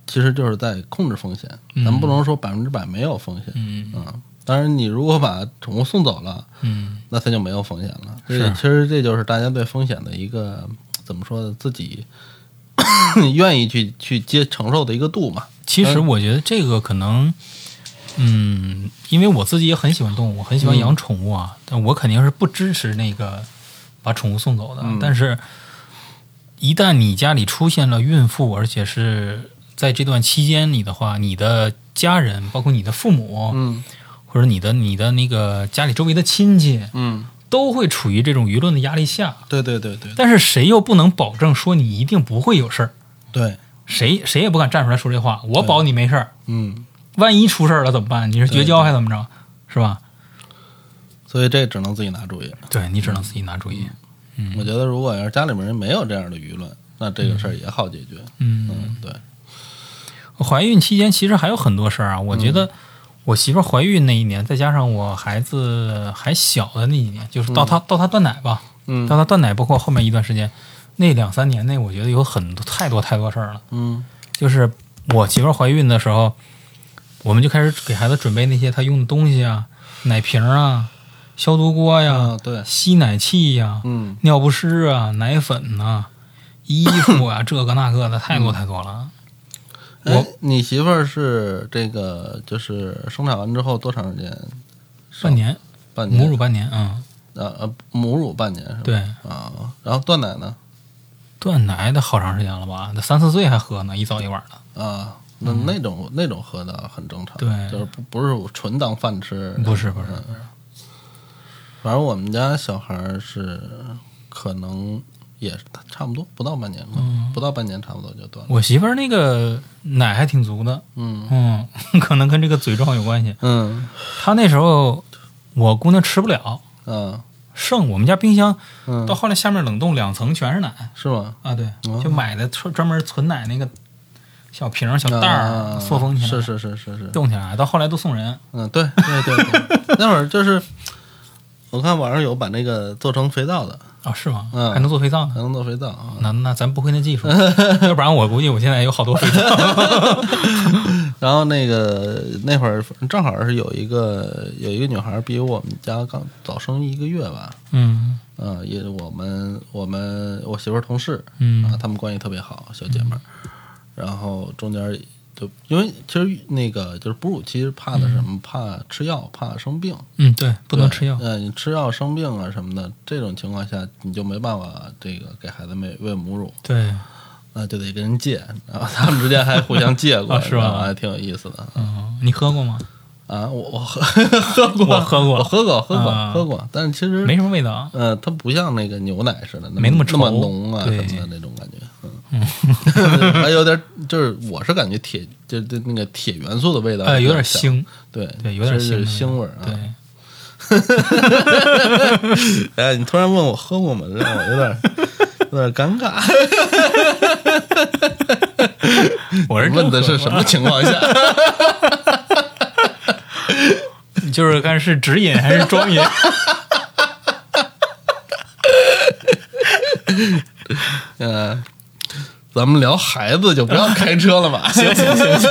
S1: 其实就是在控制风险。咱们不能说百分之百没有风险，
S2: 嗯，
S1: 啊，当然，你如果把宠物送走了，
S2: 嗯，
S1: 那它就没有风险了。
S2: 是
S1: 这其实这就是大家对风险的一个怎么说呢？自己 (coughs) 愿意去去接承受的一个度嘛。
S2: 其实我觉得这个可能，嗯，因为我自己也很喜欢动物，我很喜欢养宠物啊，但我肯定是不支持那个把宠物送走的。但是，一旦你家里出现了孕妇，而且是在这段期间里的话，你的家人，包括你的父母，
S1: 嗯
S2: 或者你的你的那个家里周围的亲戚，
S1: 嗯，
S2: 都会处于这种舆论的压力下。
S1: 对对对对
S2: 但是谁又不能保证说你一定不会有事儿？
S1: 对，
S2: 谁谁也不敢站出来说这话，我保你没事儿。
S1: 嗯，
S2: 万一出事儿了怎么办？你是绝交还怎么着？是吧？
S1: 所以这只能自己拿主意。
S2: 对你只能自己拿主意。嗯
S1: 我觉得，如果要是家里面人没有这样的舆论，那这个事儿也好解决。
S2: 嗯，
S1: 嗯，对，
S2: 怀孕期间其实还有很多事儿啊。我觉得我媳妇儿怀孕那一年，再加上我孩子还小的那一年，就是到她、到她断奶吧，
S1: 嗯
S2: 到她断奶，包括后面一段时间，那两三年内，我觉得有很多太多太多事儿了。
S1: 嗯
S2: 就是我媳妇儿怀孕的时候，我们就开始给孩子准备那些她用的东西啊，奶瓶啊、消毒锅呀、
S1: 啊，对，
S2: 吸奶器呀、
S1: 嗯
S2: 尿不湿啊、奶粉呐、
S1: (laughs)
S2: 衣服啊，这个那个的太多太多了。
S1: 哎
S2: 我
S1: 你媳妇儿是这个，就是生产完之后多长时间？
S2: 半年，
S1: 半年，
S2: 母乳半年啊、
S1: 呃呃，母乳半年是吧？
S2: 对，
S1: 啊，然后断奶呢？
S2: 断奶得好长时间了吧？得三四岁还喝呢，一早一晚的。
S1: 啊，那那种、那种喝的很正常，
S2: 嗯对
S1: 就是不不是纯当饭吃，
S2: 不是不是，
S1: 嗯反正我们家小孩儿是可能也是差不多不到半年吧，不到半年差不多就断了，
S2: 嗯我媳妇儿那个奶还挺足的，
S1: 嗯
S2: 嗯， (laughs) 可能跟这个嘴状有关系。
S1: 嗯
S2: 她那时候我姑娘吃不了，
S1: 啊
S2: 剩我们家冰箱到
S1: 嗯，
S2: 后来下面冷冻两层全是奶
S1: 是吗？
S2: 啊，对
S1: 哦，
S2: 就买的专专门存奶那个小瓶儿小袋儿
S1: 啊
S2: 塑封起来，
S1: 是是是是是，
S2: 冻起来，到后来都送人。
S1: 嗯，对对对
S2: (laughs)
S1: 对，那会儿就是我看网上有把那个做成肥皂的，
S2: 哦，是吗？
S1: 嗯
S2: 还能做肥皂
S1: 还
S2: 呢？
S1: 能做肥皂啊，
S2: 那那咱不会那技术， (laughs) 要不然我估计我现在有好多肥
S1: (laughs)
S2: 皂。
S1: 然后那个那会儿正好是有一个有一个女孩儿比我们家刚早生一个月吧，
S2: 嗯
S1: 嗯，也我们我们我媳妇儿同事啊，
S2: 嗯
S1: 他们关系特别好，小姐妹儿。然后中间儿就因为其实那个就是哺乳期怕的是什么？怕吃药，怕生病，
S2: 嗯，对，嗯不能
S1: 对
S2: 吃药。
S1: 嗯，你吃药生病啊什么的，这种情况下你就没办法这个给孩子喂喂母乳，
S2: 对，
S1: 那就得跟人借。然后他们之间还互相借过，
S2: 啊是吗
S1: 然后还挺有意思的。
S2: 嗯，你喝过吗？
S1: 啊，我我喝 (laughs) 喝过，
S2: 我喝过
S1: 我喝过，喝过，
S2: 啊
S1: 喝过。但是其实
S2: 没什么味道。啊
S1: 呃，它不像那个牛奶似的，
S2: 没那
S1: 么
S2: 么
S1: 那么
S2: 稠
S1: 浓啊什
S2: 对
S1: 么的那种感觉，嗯，还有点就是我是感觉铁就就那个铁元素的味道，
S2: 呃，有点
S1: 像，
S2: 腥，
S1: 对
S2: 对，有点
S1: 其实
S2: 腥
S1: 是
S2: 的
S1: 腥味儿
S2: 道
S1: 啊。
S2: 对，
S1: 哎，你突然问我喝过吗？让我有点有点尴尬，
S2: 我是真
S1: 问的是
S2: 喝过
S1: 什么情况下？
S2: 就是看是直饮还是装
S1: (laughs)
S2: 饮。
S1: 嗯，咱们聊孩子就不要开车了
S2: (laughs)
S1: 吧。行行行行。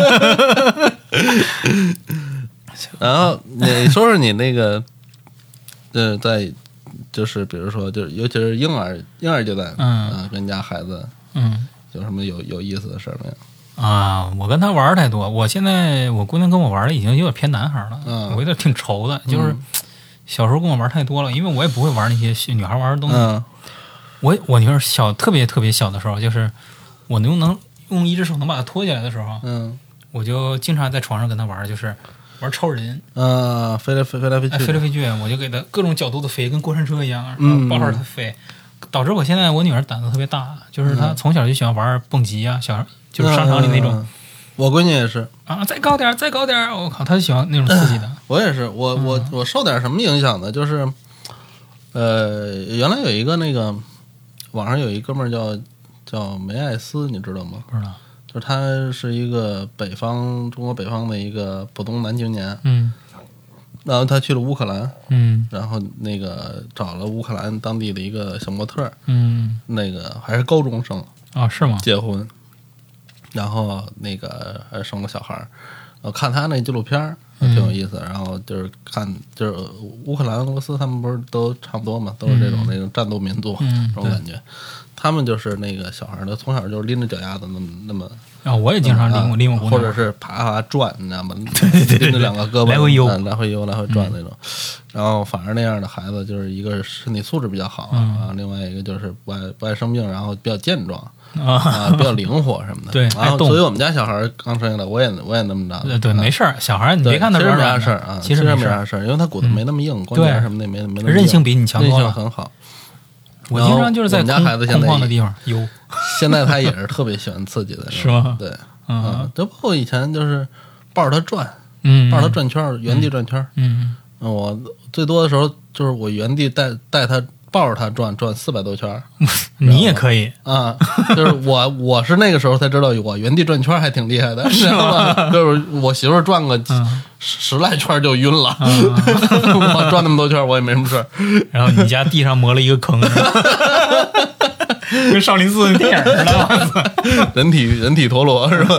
S1: (laughs) 然后你说说你那个，呃，在就是比如说，就是尤其是婴儿婴儿阶段，
S2: 嗯
S1: 啊跟家孩子
S2: 嗯
S1: 有什么有有意思的事儿没有？
S2: 啊，我跟他玩儿太多。我现在我姑娘跟我玩儿的已经有点偏男孩儿了，
S1: 嗯
S2: 我有点挺愁的，就是。小时候跟我玩儿太多了，因为我也不会玩儿那些女孩儿玩儿的东西。
S1: 嗯
S2: 我我就是小特别特别小的时候，就是我能能用一只手能把它拖起来的时候，
S1: 嗯
S2: 我就经常在床上跟他玩儿，就是玩儿超人，
S1: 啊，飞来飞飞来飞
S2: 哎，
S1: 去，
S2: 飞来飞去，我就给他各种角度的飞，跟过山车一样，然
S1: 嗯
S2: 后抱着他飞，导致我现在我女儿胆子特别大，就是她从小就喜欢玩儿蹦极啊，小就是商场里那
S1: 嗯。
S2: 种
S1: 嗯嗯我闺女也是，
S2: 啊，再高点儿，再高点儿，我靠，她就喜欢那种刺激的。
S1: 我也是，我我我受点什么影响呢？就是，呃，原来有一个那个网上有一哥们儿叫叫梅艾斯，你知道吗？
S2: 不知道，
S1: 就是他是一个北方中国北方的一个普通男青年，
S2: 嗯
S1: 然后他去了乌克兰，
S2: 嗯
S1: 然后那个找了乌克兰当地的一个小模特儿，
S2: 嗯，
S1: 那个还是高中生，
S2: 啊，是吗？
S1: 结呃婚，然后那个还生了小孩儿。我看他那纪录片儿，
S2: 嗯
S1: 还挺有意思。然后就是看，就是乌克兰、俄罗斯他们不是都差不多嘛，都是这种那种战斗民族
S2: 嗯
S1: 这种感觉。他们就是那个小孩儿的，从小就是拎着脚丫子那么那么
S2: 啊，我也经常拎过拎过姑
S1: 嗯或
S2: 娘
S1: 者是爬爬转，你知
S2: (laughs)
S1: 道吗？拎着两个胳膊
S2: 来回悠
S1: 嗯来回悠，来回转那种。然后反而那样的孩子，就是一个身体素质比较好
S2: 嗯
S1: 啊，另外一个就是不爱不爱生病，然后比较健壮
S2: 啊， (laughs)
S1: 啊，比较灵活什么的。
S2: 对
S1: 然
S2: 爱
S1: 后
S2: 动
S1: 所以我们家小孩儿刚生下来，我也我也那么着
S2: 对
S1: 的。
S2: 对，
S1: 啊
S2: 没事儿，小孩儿你别
S1: 对
S2: 看他
S1: 其实
S2: 软
S1: 没啥
S2: 软
S1: 事儿
S2: 的
S1: 啊，，
S2: 其
S1: 实
S2: 实
S1: 没
S2: 没事儿，嗯
S1: 啥事儿，因为他骨头没那么硬，关节什么的也没没那么硬
S2: 韧性比你强
S1: 韧
S2: 多
S1: 性
S2: 了。
S1: 很好。
S2: 我
S1: 然
S2: 经
S1: 后
S2: 常就是在
S1: 我们家
S2: 空
S1: 孩子现
S2: 空
S1: 在
S2: 旷的
S1: 也
S2: 地方游，
S1: 现在他也是特别喜欢刺激的，
S2: 是吗？
S1: 对，
S2: 嗯
S1: 嗯，就包括以前就是抱着他转，
S2: 嗯，
S1: 抱着他转圈儿，原地转圈儿。
S2: 嗯，
S1: 嗯，我最多的时候就是我原地带带他抱着他转转四百多圈儿
S2: 嗯，你也可以，
S1: 啊，就是我我是那个时候才知道我原地转圈儿还挺厉害的，你知道吗？就是我媳妇儿转个几
S2: 嗯，
S1: 十十来圈儿就晕了， (laughs) 我转那么多圈儿我也没什么事儿。
S2: 然后你家地上磨了一
S1: (laughs)
S2: 个坑，是吧跟少林寺那电影似的，
S1: 人体人体陀螺是吧？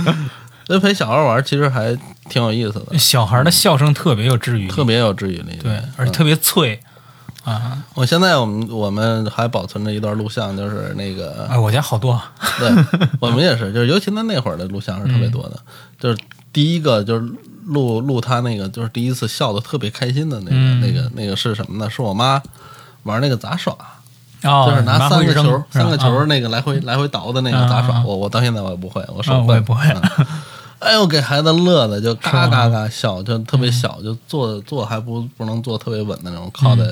S1: (laughs) 所以陪小孩玩儿其实还挺有意思的，
S2: (laughs) 小孩的笑声特别有治愈力，
S1: 特别嗯有治愈力。
S2: 对，而且特别脆啊！
S1: 我现在我们我们还保存着一段录像，就是那个
S2: 哎，我家好多，
S1: 对，我们也是，就是尤其他那会儿的录像是特别
S2: 嗯
S1: 多的，就是第一个就是录录他那个就是第一次笑的特别开心的那个、
S2: 嗯
S1: 那个那个是什么呢？是我妈玩那个杂耍，
S2: 哦，
S1: 就是拿
S2: 回
S1: 三
S2: 去
S1: 个
S2: 扔
S1: 球
S2: 是吧
S1: 三个
S2: 啊
S1: 球那个来回、来回倒的那个杂耍，
S2: 啊
S1: 我我到现在我也不会，我手
S2: 啊
S1: 笨、
S2: 我也不会
S1: 嗯哎呦，给孩子乐的就嘎
S2: 是嗯吗
S1: 嘎嘎笑，就特别小，就坐坐还不不能坐特别稳的那种，靠在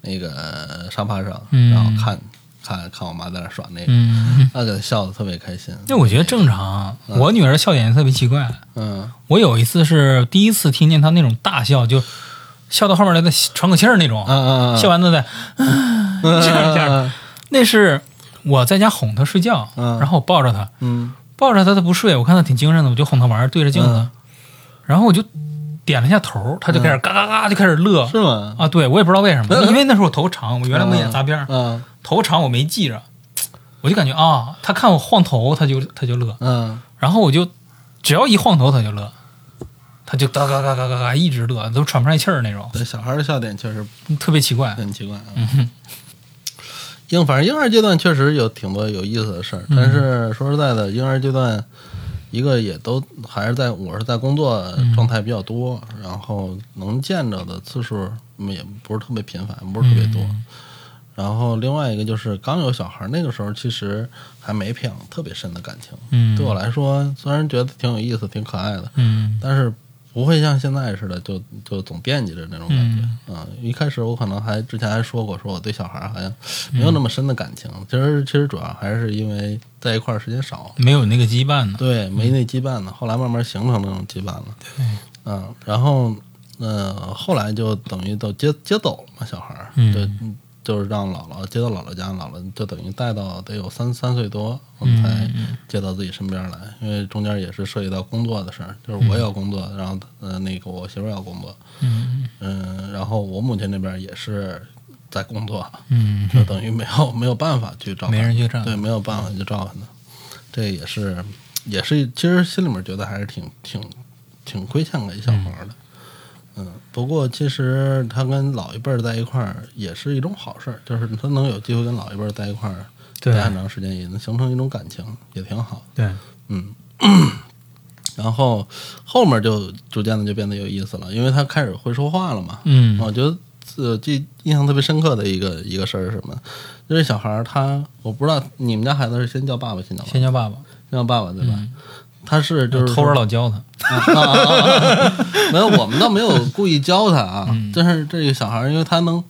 S1: 那个沙发上，
S2: 嗯
S1: 然后看看看我妈在那耍那个，
S2: 嗯，
S1: 那个笑的特别开心。
S2: 那我觉得正常。我女儿笑点也特别奇怪，
S1: 嗯，
S2: 我有一次是第一次听见她那种大笑，就笑到后面来再喘口气儿那种，
S1: 嗯嗯，
S2: 笑完了再
S1: 嗯
S2: 这样这样，那是我在家哄她睡觉，
S1: 嗯
S2: 然后我抱着她，
S1: 嗯
S2: 抱着她她不睡，我看她挺精神的，我就哄她玩儿，对着镜子，
S1: 嗯
S2: 然后我就点了一下头，她就开始嘎嘎嘎就开始乐。
S1: 是吗？
S2: 啊，对，我也不知道为什么，
S1: 嗯
S2: 因为那时候我头长，我原来没眼杂边儿，
S1: 嗯
S2: 头长我没记着，我就感觉啊，他看我晃头，他就他就乐，
S1: 嗯，
S2: 然后我就只要一晃头他就乐，他就嘎嘎嘎嘎嘎嘎一直乐，都喘不上气儿那种，
S1: 对，小孩的笑点确实
S2: 特别奇怪。
S1: 很奇怪啊。
S2: 嗯
S1: 婴反正婴儿阶段确实有挺多有意思的事儿，但
S2: 嗯
S1: 是说实在的，婴儿阶段一个也都还是在我是在工作
S2: 嗯
S1: 状态比较多，然后能见着的次数嗯也不是特别频繁，不是特别多。
S2: 嗯
S1: 然后另外一个就是刚有小孩儿那个时候，其实还没培养特别深的感情。
S2: 嗯，
S1: 对我来说，虽然觉得挺有意思、挺可爱的，
S2: 嗯
S1: 但是不会像现在似的，就就总惦记着那种感觉。
S2: 嗯
S1: 嗯，一开始我可能还之前还说过，说我对小孩儿好像没有那么深的感
S2: 嗯
S1: 情。其实其实主要还是因为在一块儿时间少，
S2: 没有那个羁绊呢。嗯
S1: 对，没那羁绊呢。后来慢慢形成那种羁绊了。
S2: 对，
S1: 嗯，然后呃，后来就等于都接接走了嘛，小孩儿，
S2: 嗯
S1: 对，就是让姥姥接到姥姥家，姥姥就等于带到得有三三岁
S2: 嗯
S1: 多，我们才接到自己身边来，因为中间也是涉及到工作的事儿，就是我也要工作，然后呃那个我媳妇儿要工作，
S2: 嗯
S1: 嗯，然后我母亲那边也是在工作，
S2: 嗯，
S1: 就等于没有没有办法去照顾，
S2: 没人去站。
S1: 对，没有办法去照顾他。这也是，也是，其实心里面觉得还是挺挺挺亏欠给小孩儿的。嗯，不过其实他跟老一辈儿在一块儿也是一种好事儿，就是他能有机会跟老一辈儿在一块儿
S2: 对
S1: 待很长时间，也能形成一种感情，也挺好。
S2: 对，
S1: 嗯， (clears throat) 然后后面就逐渐的就变得有意思了，因为他开始会说话了嘛。
S2: 嗯
S1: 我觉得呃，记印象特别深刻的一个一个事儿是什么？就是小孩儿他，我不知道你们家孩子是先叫爸爸，先叫妈妈
S2: 先叫爸爸，
S1: 先叫爸爸对吧？他是就是
S2: 偷着
S1: 了，
S2: 老教他。
S1: 啊啊啊 (laughs) 啊没有，我们倒没有故意教他啊，
S2: 嗯
S1: 但是这个小孩儿，因为他能，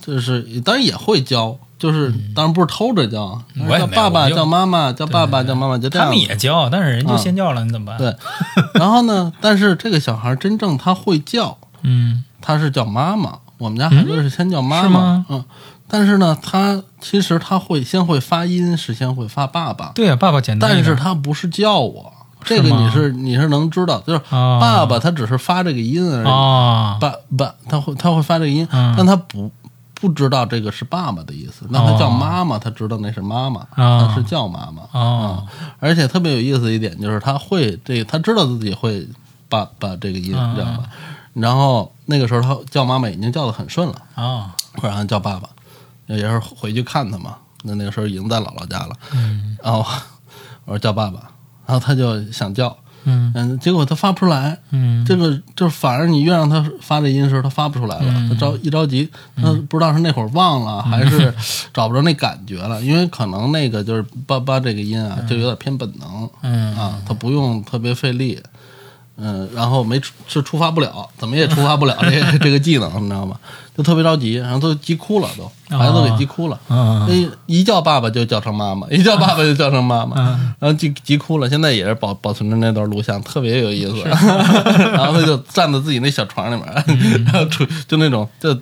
S1: 就是当然也会教，就是当然不是偷着教，
S2: 嗯
S1: 啊
S2: 我
S1: 叫
S2: 也没有
S1: 爸爸
S2: 我就
S1: 叫妈妈叫爸爸叫妈妈就这
S2: 他
S1: 样
S2: 们也教，但是人就
S1: 啊
S2: 先叫了，你怎么办？，
S1: 对，然后呢，但是这个小孩儿真正他会叫，
S2: 嗯
S1: 他是叫妈妈，我们家孩子是先叫妈
S2: 是
S1: 妈
S2: 吗，
S1: 嗯，但是呢，他其实他会先会发音，是先会发爸爸，
S2: 对啊，爸爸简单一
S1: 但
S2: 点。
S1: 是他不是叫我，这个
S2: 是吗
S1: 你是你是能知道，就是
S2: 啊
S1: 爸爸他只是发这个音而已，
S2: 啊，
S1: 爸爸他会他会发这个音，
S2: 嗯
S1: 但他不。不知道这个是爸爸的意思，那
S2: 哦
S1: 他叫妈妈，他知道那是妈妈，
S2: 啊
S1: 他是叫妈妈。
S2: 哦，
S1: 而且特别有意思一点就是，他会这，他知道自己会爸爸这个音，
S2: 嗯
S1: 你知道吧？然后那个时候他叫妈妈已经叫得很顺了，
S2: 啊，
S1: 或者让他叫爸爸，也是回去看他嘛。那那个时候已经在姥姥家了，
S2: 嗯
S1: 然后我说叫爸爸，然后他就想叫，
S2: 嗯
S1: 嗯，结果他发不出来，
S2: 嗯，
S1: 这个就是反而你越让他发这音的时候，他发不出来了。
S2: 嗯
S1: 他着一着急，他不知道是那会儿忘了，还是找不着那感觉了。因为可能那个就是叭叭这个音啊，就有点偏本能
S2: 嗯
S1: 啊，他不用特别费力。嗯，然后没出是触发不了，怎么也触发不了这个这 (laughs) 个技能，你知道吗？就特别着急，然后都急哭了，都
S2: 哦
S1: 孩子都给急哭了。
S2: 嗯嗯
S1: 一一叫爸爸就叫成妈妈，一叫爸爸就叫成妈妈，
S2: 嗯
S1: 然后急急哭了。现在也是保保存着那段录像，特别有意思。 (laughs) 然后他就站在自己那小床里面， (laughs) 然后出就那种就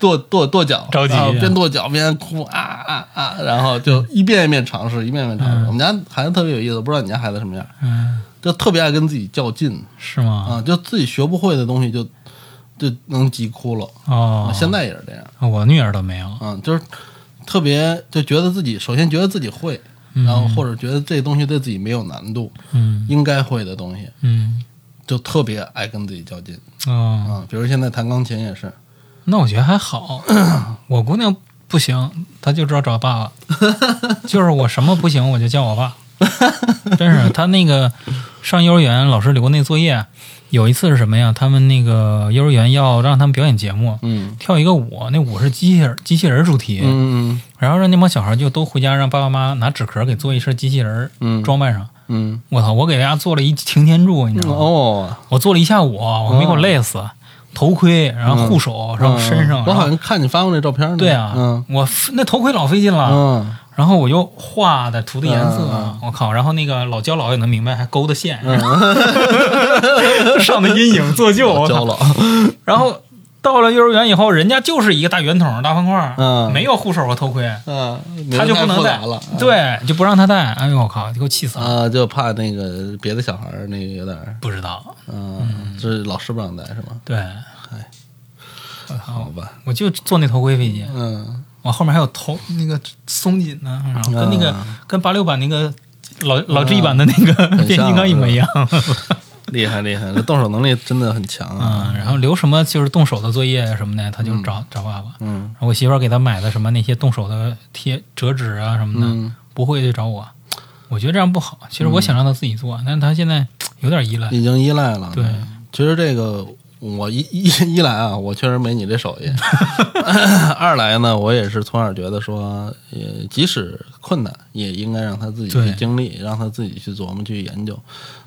S1: 跺跺跺脚，
S2: 嗯着急啊
S1: 然后边跺脚边哭啊啊啊，然后就一遍一遍尝试，一遍一遍尝试。我们家孩子特别有意思，不知道你家孩子什么样，
S2: 嗯，
S1: 就特别爱跟自己较劲
S2: 是吗？
S1: 啊，就自己学不会的东西就就能急哭了。
S2: 哦，
S1: 现在也是这样。
S2: 我女儿都没有，
S1: 嗯，就是特别就觉得自己首先觉得自己会，然后或者觉得这东西对自己没有难度，
S2: 嗯
S1: 应该会的东西
S2: 嗯，
S1: 就特别爱跟自己较劲
S2: 哦，
S1: 啊、比如现在弹钢琴也是，
S2: 那我觉得
S1: (clears throat)
S2: 还好，我姑娘不行，她就知道
S1: (laughs)
S2: 找爸爸，就是我什么不行我就叫我爸，真是她那个上幼儿园老师留那作业，有一次是什么呀？他们那个幼儿园要让他们表演节目，
S1: 嗯
S2: 跳一个舞，那舞是机器人机器人主题，
S1: 嗯
S2: 然后让那帮小孩就都回家让爸爸妈妈拿纸壳给做一身机器人
S1: 嗯
S2: 装扮上。
S1: 嗯
S2: 我操！我给大家做了一擎天柱，你知道吗？
S1: 哦，
S2: 我做了一下午，我没给我累死。头盔，然后
S1: 嗯
S2: 护手，然后身上，
S1: 我
S2: 然
S1: 好
S2: 后
S1: 像看你发过那照片呢，
S2: 对啊，
S1: 嗯
S2: 我 f- 那头盔老费劲了，
S1: 嗯
S2: 然后我又画的涂的颜色
S1: 嗯，
S2: 我靠，然后那个老焦老也能明白，还勾的线， (laughs) 上的阴影做旧，我
S1: 交
S2: 操
S1: 嗯了， (laughs)
S2: 然后到了幼儿园以后，人家就是一个大圆筒、大方块，
S1: 嗯
S2: 没有护手和头盔，
S1: 嗯，
S2: 他就不能戴
S1: 带了，，
S2: 对，就不让他戴。哎呦我靠，给我气死了！
S1: 啊，就怕那个别的小孩儿那个有点儿，
S2: 不知道，
S1: 嗯，这老师不让带是吗？
S2: 对，
S1: 好吧，
S2: 我就做那头盔费劲，
S1: 嗯，
S2: 我后面还有头那个松紧呢，然后跟那个
S1: 啊
S2: 跟八六版那个老老 G 版的那个
S1: 嗯
S2: 变形金刚一模一样。
S1: 啊厉害厉害，这动手能力真的很强啊，
S2: 嗯，然后留什么就是动手的作业什么的，他就找找爸爸。
S1: 嗯
S2: 然后我媳妇儿给他买的什么那些动手的贴折纸啊什么的，
S1: 嗯，
S2: 不会就找我。我觉得这样不好，其实我想让他自己做，但是他现在有嗯点依赖。
S1: 已经依赖了。
S2: 对，
S1: 其实这个我一一一来啊，我确实没你这手
S2: (laughs)
S1: 艺； (laughs) 二来呢，我也是从小觉得说，也即使困难，也应该让他自己去
S2: 对
S1: 经历，让他自己去琢磨、去研究。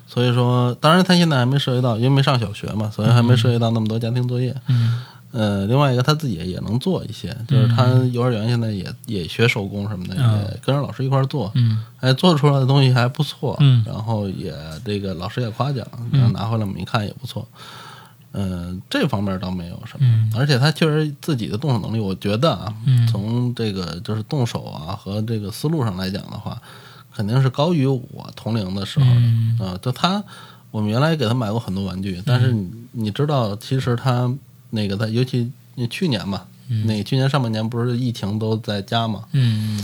S1: 所以说，当然他现在还没涉及到，因为没上小学嘛，所以还没涉及到那么多家庭作业。
S2: 嗯
S1: 呃，另外一个他自己也也能做一些，就是他幼儿园现在也也学手工什么的，
S2: 嗯
S1: 也跟着老师一块儿做。
S2: 嗯
S1: 哎，做出来的东西还不错，
S2: 嗯
S1: 然后也这个老师也夸奖，然后拿回来我们一看也不错，嗯、这方面倒没有什么，
S2: 嗯
S1: 而且他确实自己的动手能力，我觉得啊，
S2: 嗯
S1: 从这个就是动手啊和这个思路上来讲的话，肯定是高于我同龄的时候的，
S2: 嗯
S1: 啊，就他，我们原来给他买过很多玩具，但是
S2: 嗯
S1: 你你知道，其实他那个他，尤其你去年嘛，
S2: 嗯
S1: 那去年上半年不是疫情都在家嘛，
S2: 嗯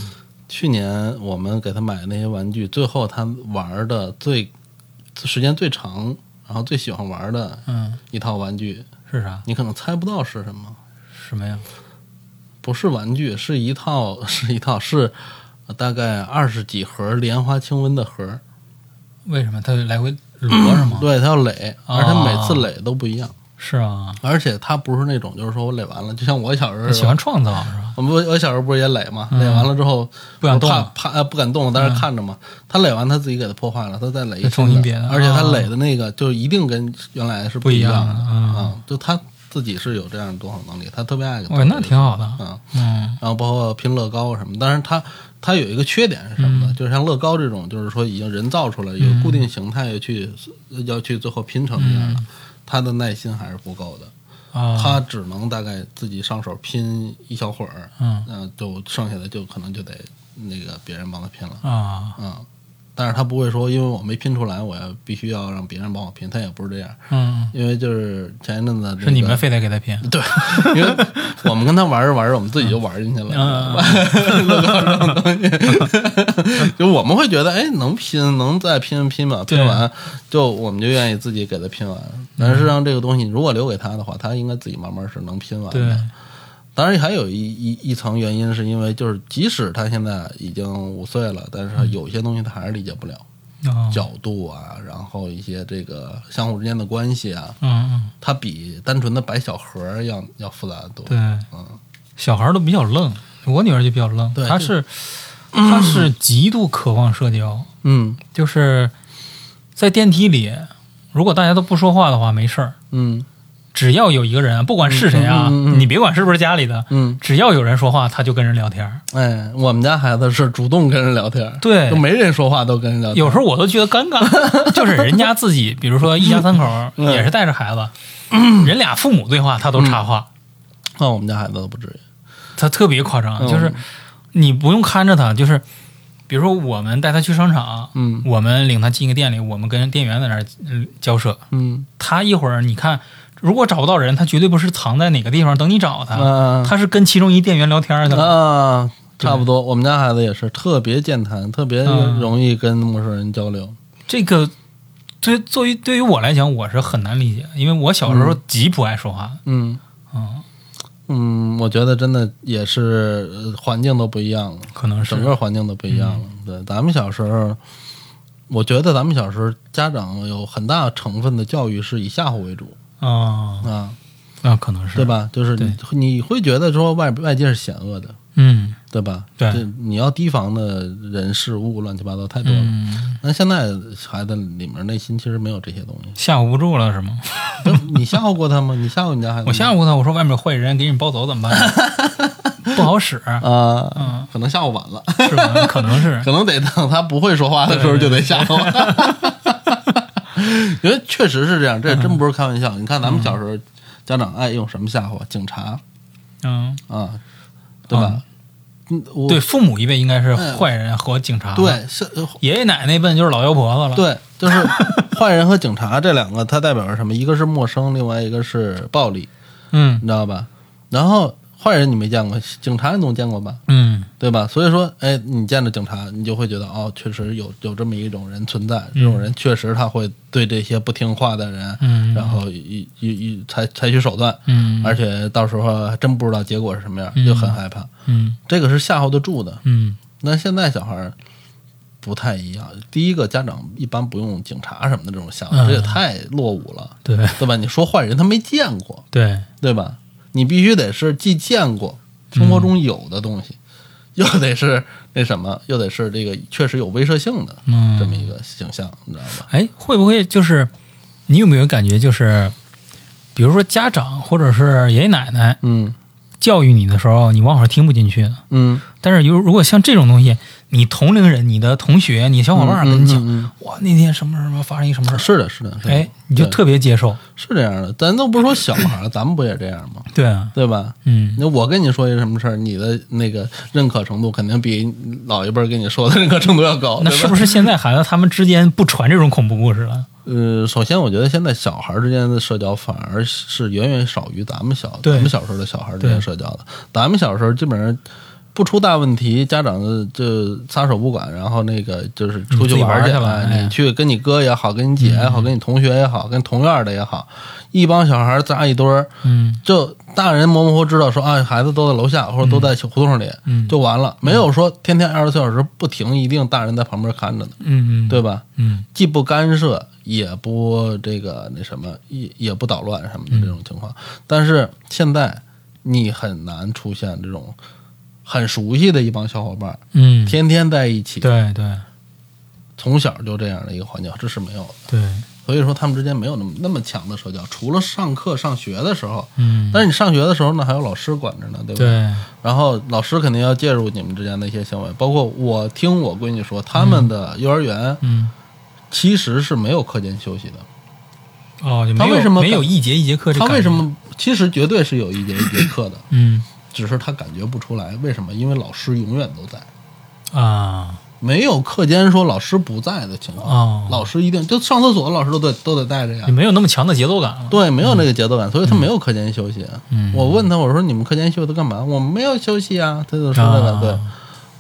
S1: 去年我们给他买的那些玩具，最后他玩的最时间最长，然后最喜欢玩的
S2: 嗯，
S1: 一套玩具，
S2: 是啥？
S1: 你可能猜不到是什么，
S2: 什么呀？
S1: 不是玩具，是一套 (laughs) 是一套是呃大概二十几盒莲花清瘟的盒，
S2: 为什么他来回摞是吗？
S1: 对，它要垒，
S2: 啊
S1: 而且每次垒都不一样，
S2: 是啊，
S1: 而且它不是那种就是说我垒完了，就像我小时候
S2: 他喜欢创造是啊吧？
S1: 我们我小时候不是也垒嘛，
S2: 嗯
S1: 垒完了之后
S2: 不想动
S1: 怕
S2: 了嗯
S1: 怕呃不敢动了，在那看着嘛。他垒完他自己给他破坏了，他再垒一新
S2: 再重新别的
S1: 而且他
S2: 啊
S1: 垒的那个就一定跟原来是
S2: 不
S1: 一
S2: 一
S1: 样
S2: 样
S1: 的
S2: 的啊
S1: 啊，就他自己是有这样的多少能力，他特别爱给他
S2: 喂，哦那挺好的。
S1: 啊。
S2: 嗯
S1: 然后包括拼乐高什么，但是它它有一个缺点是什
S2: 嗯
S1: 么呢？就是像乐高这种，就是说已经人造出来有固定形态去、要去最后拼成这样的，他的耐心还是不够的，
S2: 嗯啊，
S1: 他只能大概自己上手拼一小会儿，
S2: 嗯
S1: 嗯，就剩下的就可能就得那个别人帮他拼了，
S2: 啊，
S1: 嗯，但是他不会说，因为我没拼出来，我要必须要让别人帮我拼，他也不是这样，
S2: 嗯，
S1: 因为就是前一阵子、这个、
S2: 是你们非得给他拼，
S1: 对，因为我们跟他玩着玩着，我们自己就玩进去了， (laughs) 乐高这种东西，就我们会觉得，哎，能拼，能再拼拼吧，拼完就我们就愿意自己给他拼完。但是让这个东西如果留给他的话，他应该自己慢慢是能拼完
S2: 对
S1: 的。当然，还有一一一层原因，是因为就是即使他现在已经五岁了，但是他有些东西他还是理解不了，
S2: 哦
S1: 角度啊，然后一些这个相互之间的关系啊，
S2: 嗯
S1: 它比单纯的摆小盒儿要要复杂的多。
S2: 嗯，对，
S1: 嗯，
S2: 小孩儿都比较愣，我女儿就比较愣，
S1: 对
S2: 她是她是极度渴望社交，
S1: 嗯
S2: 就是在电梯里，如果大家都不说话的话没事儿，
S1: 嗯
S2: 只要有一个人，不管是谁啊，
S1: 嗯嗯嗯嗯
S2: 你别管是不是家里的，
S1: 嗯，
S2: 只要有人说话，他就跟人聊天儿。
S1: 哎，我们家孩子是主动跟人聊天儿，
S2: 对
S1: 就没人说话都跟人聊天儿。
S2: 有时候我都觉得尴
S1: (laughs)
S2: 尬，就是人家自己，比如说一家三口儿
S1: 嗯
S2: 也是带着孩子，嗯人俩父母对话他都插话，
S1: 那哦我们家孩子都不至于。
S2: 他特别夸张，
S1: 嗯
S2: 就是你不用看着他，就是比如说我们带他去商场，
S1: 嗯
S2: 我们领他进一个店里，我们跟店员在那儿嗯交涉，
S1: 嗯
S2: 他一会儿你看，如果找不到人，他绝对不是藏在哪个地方等你找他，
S1: 啊
S2: 他是跟其中一店员聊天儿去了。
S1: 啊，差不多。我们家孩子也是特别健谈，特别
S2: 嗯
S1: 容易跟陌生人交流。
S2: 这个对作为对于我来讲，我是很难理解，因为我小时候极不爱说话的。
S1: 嗯
S2: 嗯，
S1: 嗯，我觉得真的也是呃环境都不一样了。
S2: 可能是
S1: 整个环境都不一样了。
S2: 嗯
S1: 对，咱们小时候，我觉得咱们小时候家长有很大成分的教育是以吓唬为主
S2: 啊，
S1: 啊，
S2: 那可能是
S1: 对？吧？就是你你会觉得说外外界是险恶的，
S2: 嗯，
S1: 对吧？
S2: 对
S1: 这你要提防的人事物乱七八糟太多了。
S2: 嗯，。
S1: 那现在孩子里面内心其实没有这些东西
S2: 吓唬不住了是吗？
S1: 就你吓唬过他吗？你吓唬你家孩子吗？
S2: 我吓唬他，我说外面有坏人给你抱走怎么办？
S1: (laughs)
S2: 不好使，
S1: 啊、
S2: 嗯
S1: 可能吓唬晚了，
S2: 是
S1: (laughs)
S2: 吧？可能是
S1: 可能得等他不会说话的时候就得吓唬我。 (laughs) 因为确实是这样，这也真不是开玩笑。你看咱们小时候，家长爱用什么吓唬啊？警察
S2: 嗯，
S1: 啊，对吧？嗯，我
S2: 对，父母一辈应该是坏人和警察，，
S1: 嗯对是，呃
S2: 爷爷奶奶一辈就是老妖婆子了，，
S1: 对，就是坏人和警察这两个，它代表着什么？一个是陌生，另外一个是暴力，
S2: 嗯
S1: 你知道吧？然后坏人你没见过，警察你总见过吧？
S2: 嗯
S1: 对吧？所以说，哎，你见着警察，你就会觉得哦，确实有有这么一种人存在，这种人确实他会对这些不听话的人，
S2: 嗯
S1: 然后一一一采采取手段，
S2: 嗯
S1: 而且到时候还真不知道结果是什么样，
S2: 嗯
S1: 就很害怕。
S2: 嗯
S1: 这个是吓唬得住的。
S2: 嗯
S1: 那现在小孩儿不太一样，第一个家长一般不用警察什么的这种吓唬，
S2: 嗯
S1: 这也太落伍了，
S2: 对
S1: 对吧？你说坏人他没见过，
S2: 对，
S1: 对吧？你必须得是既见过生活
S2: 嗯
S1: 中有的东西，又得是那什么，又得是这个确实有威慑性的
S2: 嗯，
S1: 这么一个形象，你知道吧？
S2: 哎，会不会就是你有没有感觉，就是比如说家长或者是爷爷奶奶
S1: 嗯
S2: 教育你的时候，你往往是听不进去的。
S1: 嗯，
S2: 但是如如果像这种东西，你同龄人、你的同学、你小伙伴儿跟你讲，
S1: 嗯嗯
S2: 哇，那天什么什么发生一什么事
S1: 是的，是的，是
S2: 儿，
S1: 的
S2: 哎，你就
S1: 对
S2: 特别接受。
S1: 是这样的。咱都不是说小孩儿，咱们不也这样吗？
S2: 对啊，
S1: 对吧？
S2: 嗯，
S1: 那我跟你说一什么事儿，你的那个认可程度肯定比老一辈儿跟你说的认可程度要高，
S2: 那
S1: 对吧
S2: 是不是现在孩子他们之间不传这种恐怖故事了？
S1: 呃，首先我觉得现在小孩儿之间的社交反而是远远少于咱们小
S2: 对
S1: 咱们小时候的小孩儿之间
S2: 对
S1: 社交的。咱们小时候基本上不出大问题，家长就撒手不管，然后那个就是出
S2: 自
S1: 去
S2: 己玩
S1: 儿去啊
S2: 去了哎嗯
S1: 你去跟你哥也好，跟你姐也好，跟你同学也好，跟同院儿的也好，一帮小孩儿扎一堆儿，
S2: 嗯
S1: 就大人模模糊糊知道说啊，孩子都在楼下或者都在胡同里，
S2: 嗯
S1: 就完了，没有说天天二十四小时不停，一定大人在旁边看着呢，
S2: 嗯嗯，
S1: 对吧？
S2: 嗯
S1: 既不干涉，也不这个那什么，也也不捣乱什么的这
S2: 嗯
S1: 种情况。但是现在你很难出现这种很熟悉的一帮小伙伴，
S2: 嗯，
S1: 天天在一起，
S2: 对对
S1: 从小就这样的一个环境，这是没有的。
S2: 对，
S1: 所以说他们之间没有那么那么强的社交，除了上课上学的时候。
S2: 嗯
S1: 但是你上学的时候呢，还有老师管着呢，对吧？
S2: 对，
S1: 然后老师肯定要介入你们之间的一些行为，包括我听我闺女说，他们的幼儿园
S2: 嗯。
S1: 其实是没有课间休息的，
S2: 哦，就
S1: 他
S2: 没有
S1: 为什么
S2: 没有
S1: 敢
S2: 一节一节课这
S1: 他
S2: 感觉？
S1: 为什么？其实绝对是有一节一节课的，
S2: 嗯
S1: 只是他感觉不出来。为什么？因为老师永远都在，
S2: 啊，
S1: 没有课间说老师不在的情况，
S2: 哦，嗯
S1: 老师一定就上厕所，老师都得都得带着呀
S2: 你。没有那么强的节奏感了。
S1: 对，没有那个节奏感，所以他没有课间休息。啊
S2: 嗯，
S1: 我问他，我说你们课间休息都干嘛？我们没有休息啊，他就说这个、
S2: 啊
S1: 对，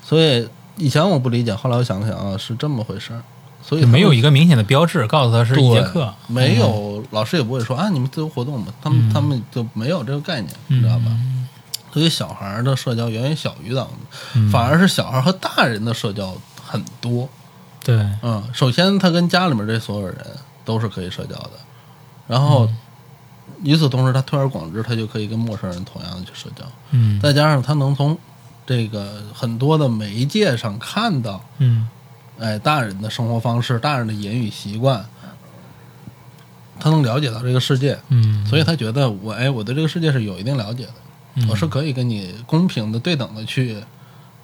S1: 所以以前我不理解，后来我想了想啊，是这么回事儿，所以
S2: 就
S1: 他们
S2: 没有一个明显的标志告诉他是一节课，嗯
S1: 没有、老师也不会说啊，你们自由活动吧，他们、他们就没有这个概念，你
S2: 嗯，
S1: 知道吧？所以小孩儿的社交远远小于咱们，
S2: 嗯
S1: 反而是小孩儿和大人的社交很多。
S2: 对，
S1: 嗯，首先他跟家里面这所有人都是可以社交的，然后、与此同时，他推而广之，他就可以跟陌生人同样的去社交。
S2: 嗯
S1: 再加上他能从这个很多的媒介上看到，
S2: 嗯
S1: 哎，大人的生活方式、大人的言语习惯，他能了解到这个世界，
S2: 嗯，
S1: 所以他觉得我哎，我对这个世界是有一定了解的，
S2: 嗯
S1: 我是可以跟你公平的、对等的去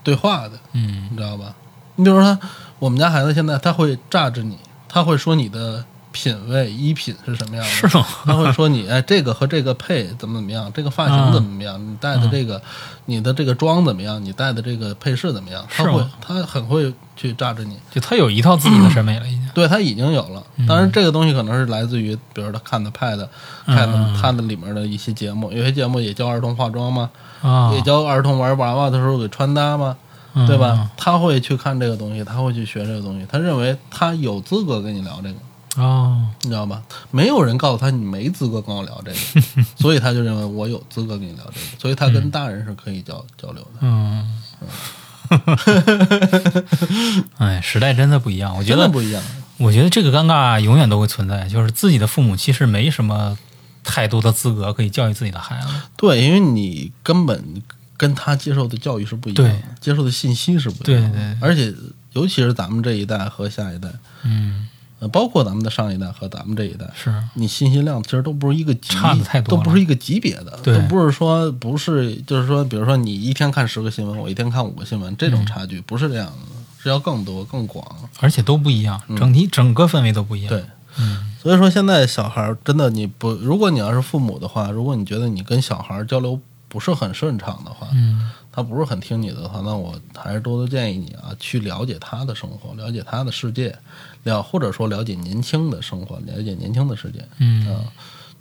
S1: 对话的，
S2: 嗯
S1: 你知道吧？你比如说，我们家孩子现在他会榨着你，他会说你的品味、衣品是什么样的，
S2: 是吗？ (laughs)
S1: 他会说你哎，这个和这个配怎么怎么样，这个发型怎么怎么
S2: 嗯
S1: 样，你戴的这个，你的这个妆怎么样，你戴的这个配饰怎么样？他
S2: 是啊
S1: 会
S2: 吗，
S1: 他很会去榨着你。
S2: 就他有一套自己的审美了，已经。
S1: 对他已经有了，
S2: 嗯
S1: 当然这个东西可能是来自于，比如他看的 Pad，看
S2: 嗯
S1: 的看的里面的一些节目，有些节目也教儿童化妆嘛，
S2: 啊，
S1: 也教儿童玩娃娃的时候给穿搭嘛，
S2: 嗯
S1: 对吧？？他会去看这个东西，他会去学这个东西，他认为他有资格跟你聊这个。
S2: 哦，
S1: 你知道吧？没有人告诉他你没资格跟我聊这个，
S2: (laughs)
S1: 所以他就认为我有资格跟你聊这个，所以他跟大人是可以交交流的。
S2: 嗯，哎，时代真的不一样。我觉
S1: 真的
S2: 得，
S1: 不一样，
S2: 我觉得这个尴尬永远都会存在，就是自己的父母其实没什么太多的资格可以教育自己的孩子。
S1: 对，因为你根本跟他接受的教育是不一样的
S2: 对，
S1: 接受的信息是不一
S2: 对
S1: 样
S2: 对
S1: 的，
S2: 对，
S1: 而且尤其是咱们这一代和下一代，
S2: 嗯，
S1: 呃，包括咱们的上一代和咱们这一代，
S2: 是，
S1: 你信息量其实都不是一个级，
S2: 差得太多
S1: 都
S2: 了
S1: 不是一个级别的，
S2: 对
S1: 都不是说不是，就是说，比如说你一天看十个新闻，我一天看五个新闻，这种差
S2: 嗯
S1: 距不是这样的，是要更多更广。
S2: 而且都不一样，整体整个氛围都不一样。
S1: 嗯对，
S2: 嗯，
S1: 所以说现在小孩儿真的你不，如果你要是父母的话，如果你觉得你跟小孩儿交流不是很顺畅的话，
S2: 嗯
S1: 他不是很听你的话，那我还是多多建议你啊，去了解他的生活，了解他的世界，了或者说了解年轻的生活，了解年轻的世界。
S2: 嗯
S1: 啊，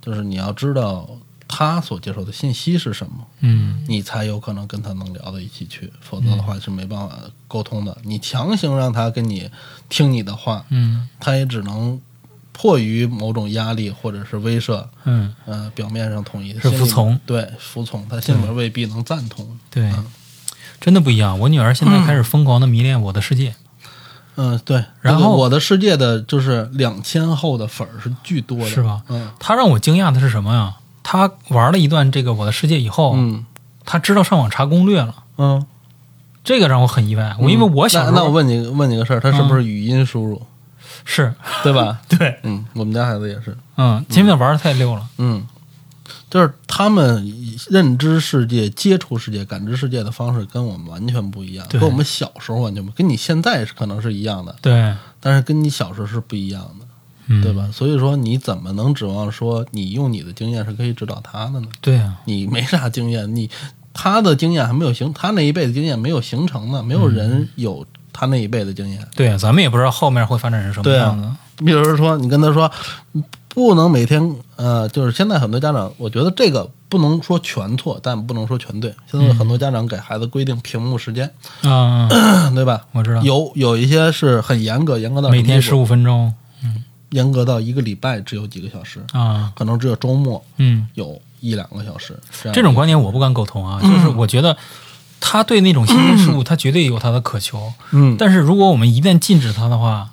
S1: 就是你要知道他所接受的信息是什么，
S2: 嗯，
S1: 你才有可能跟他能聊到一起去，否则的话是没办法沟通的。你强行让他跟你听你的话，
S2: 嗯
S1: 他也只能迫于某种压力或者是威慑，
S2: 嗯，
S1: 呃，表面上同意，
S2: 是
S1: 心里
S2: 服从，
S1: 对服从，他心里面未必能赞同。
S2: 对
S1: 嗯，
S2: 真的不一样。我女儿现在开始疯狂的迷恋《我的世界》，
S1: 嗯，对。
S2: 然后
S1: 这个我的世界的就是两千后的粉儿是巨多的，
S2: 是吧？
S1: 嗯
S2: 她让我惊讶的是什么呀？她玩了一段这个《我的世界》以后，
S1: 嗯
S2: 她知道上网查攻略了，
S1: 嗯。
S2: 这个让我很意外。我因为我小时
S1: 那那我
S2: 候
S1: 问你问你个事儿，他是不是语音输 (laughs) 入，
S2: 是
S1: 对吧？
S2: 对，
S1: 嗯，我们家孩子也是，
S2: 嗯，前面玩的太溜了，
S1: 嗯，就是他们认知世界、接触世界、感知世界的方式跟我们完全不一样，
S2: 对
S1: 跟我们小时候完全不，跟你现在是可能是一样的，
S2: 对，
S1: 但是跟你小时候是不一样的，
S2: 嗯，
S1: 对？吧？所以说，你怎么能指望说你用你的经验是可以指导他的呢？
S2: 对啊，
S1: 你没啥经验，你他的经验还没有形，他那一辈的经验没有形成呢，没有
S2: 嗯
S1: 人有他那一辈的经验。
S2: 对啊，咱们也不知道后面会发展成什么
S1: 对啊
S2: 样子。
S1: 比如说，你跟他说，不能每天，呃，就是现在很多家长，我觉得这个不能说全错，但不能说全对。现在
S2: 嗯
S1: 很多家长给孩子规定屏幕时间， (clears throat)
S2: 啊，
S1: 对吧？
S2: 我知道，
S1: 有有一些是很严格，严格到
S2: 每天十
S1: 是
S2: 五分钟
S1: 严格到一个礼拜只有几个小时，
S2: 啊，
S1: 可能只有周末
S2: 嗯，
S1: 有一两个小时。这样
S2: 这种观点我不敢苟同
S1: 嗯
S2: 啊，就是我觉得他对那种新鲜事物，他绝对有他的渴求，
S1: 嗯
S2: 但是如果我们一旦禁止他的话，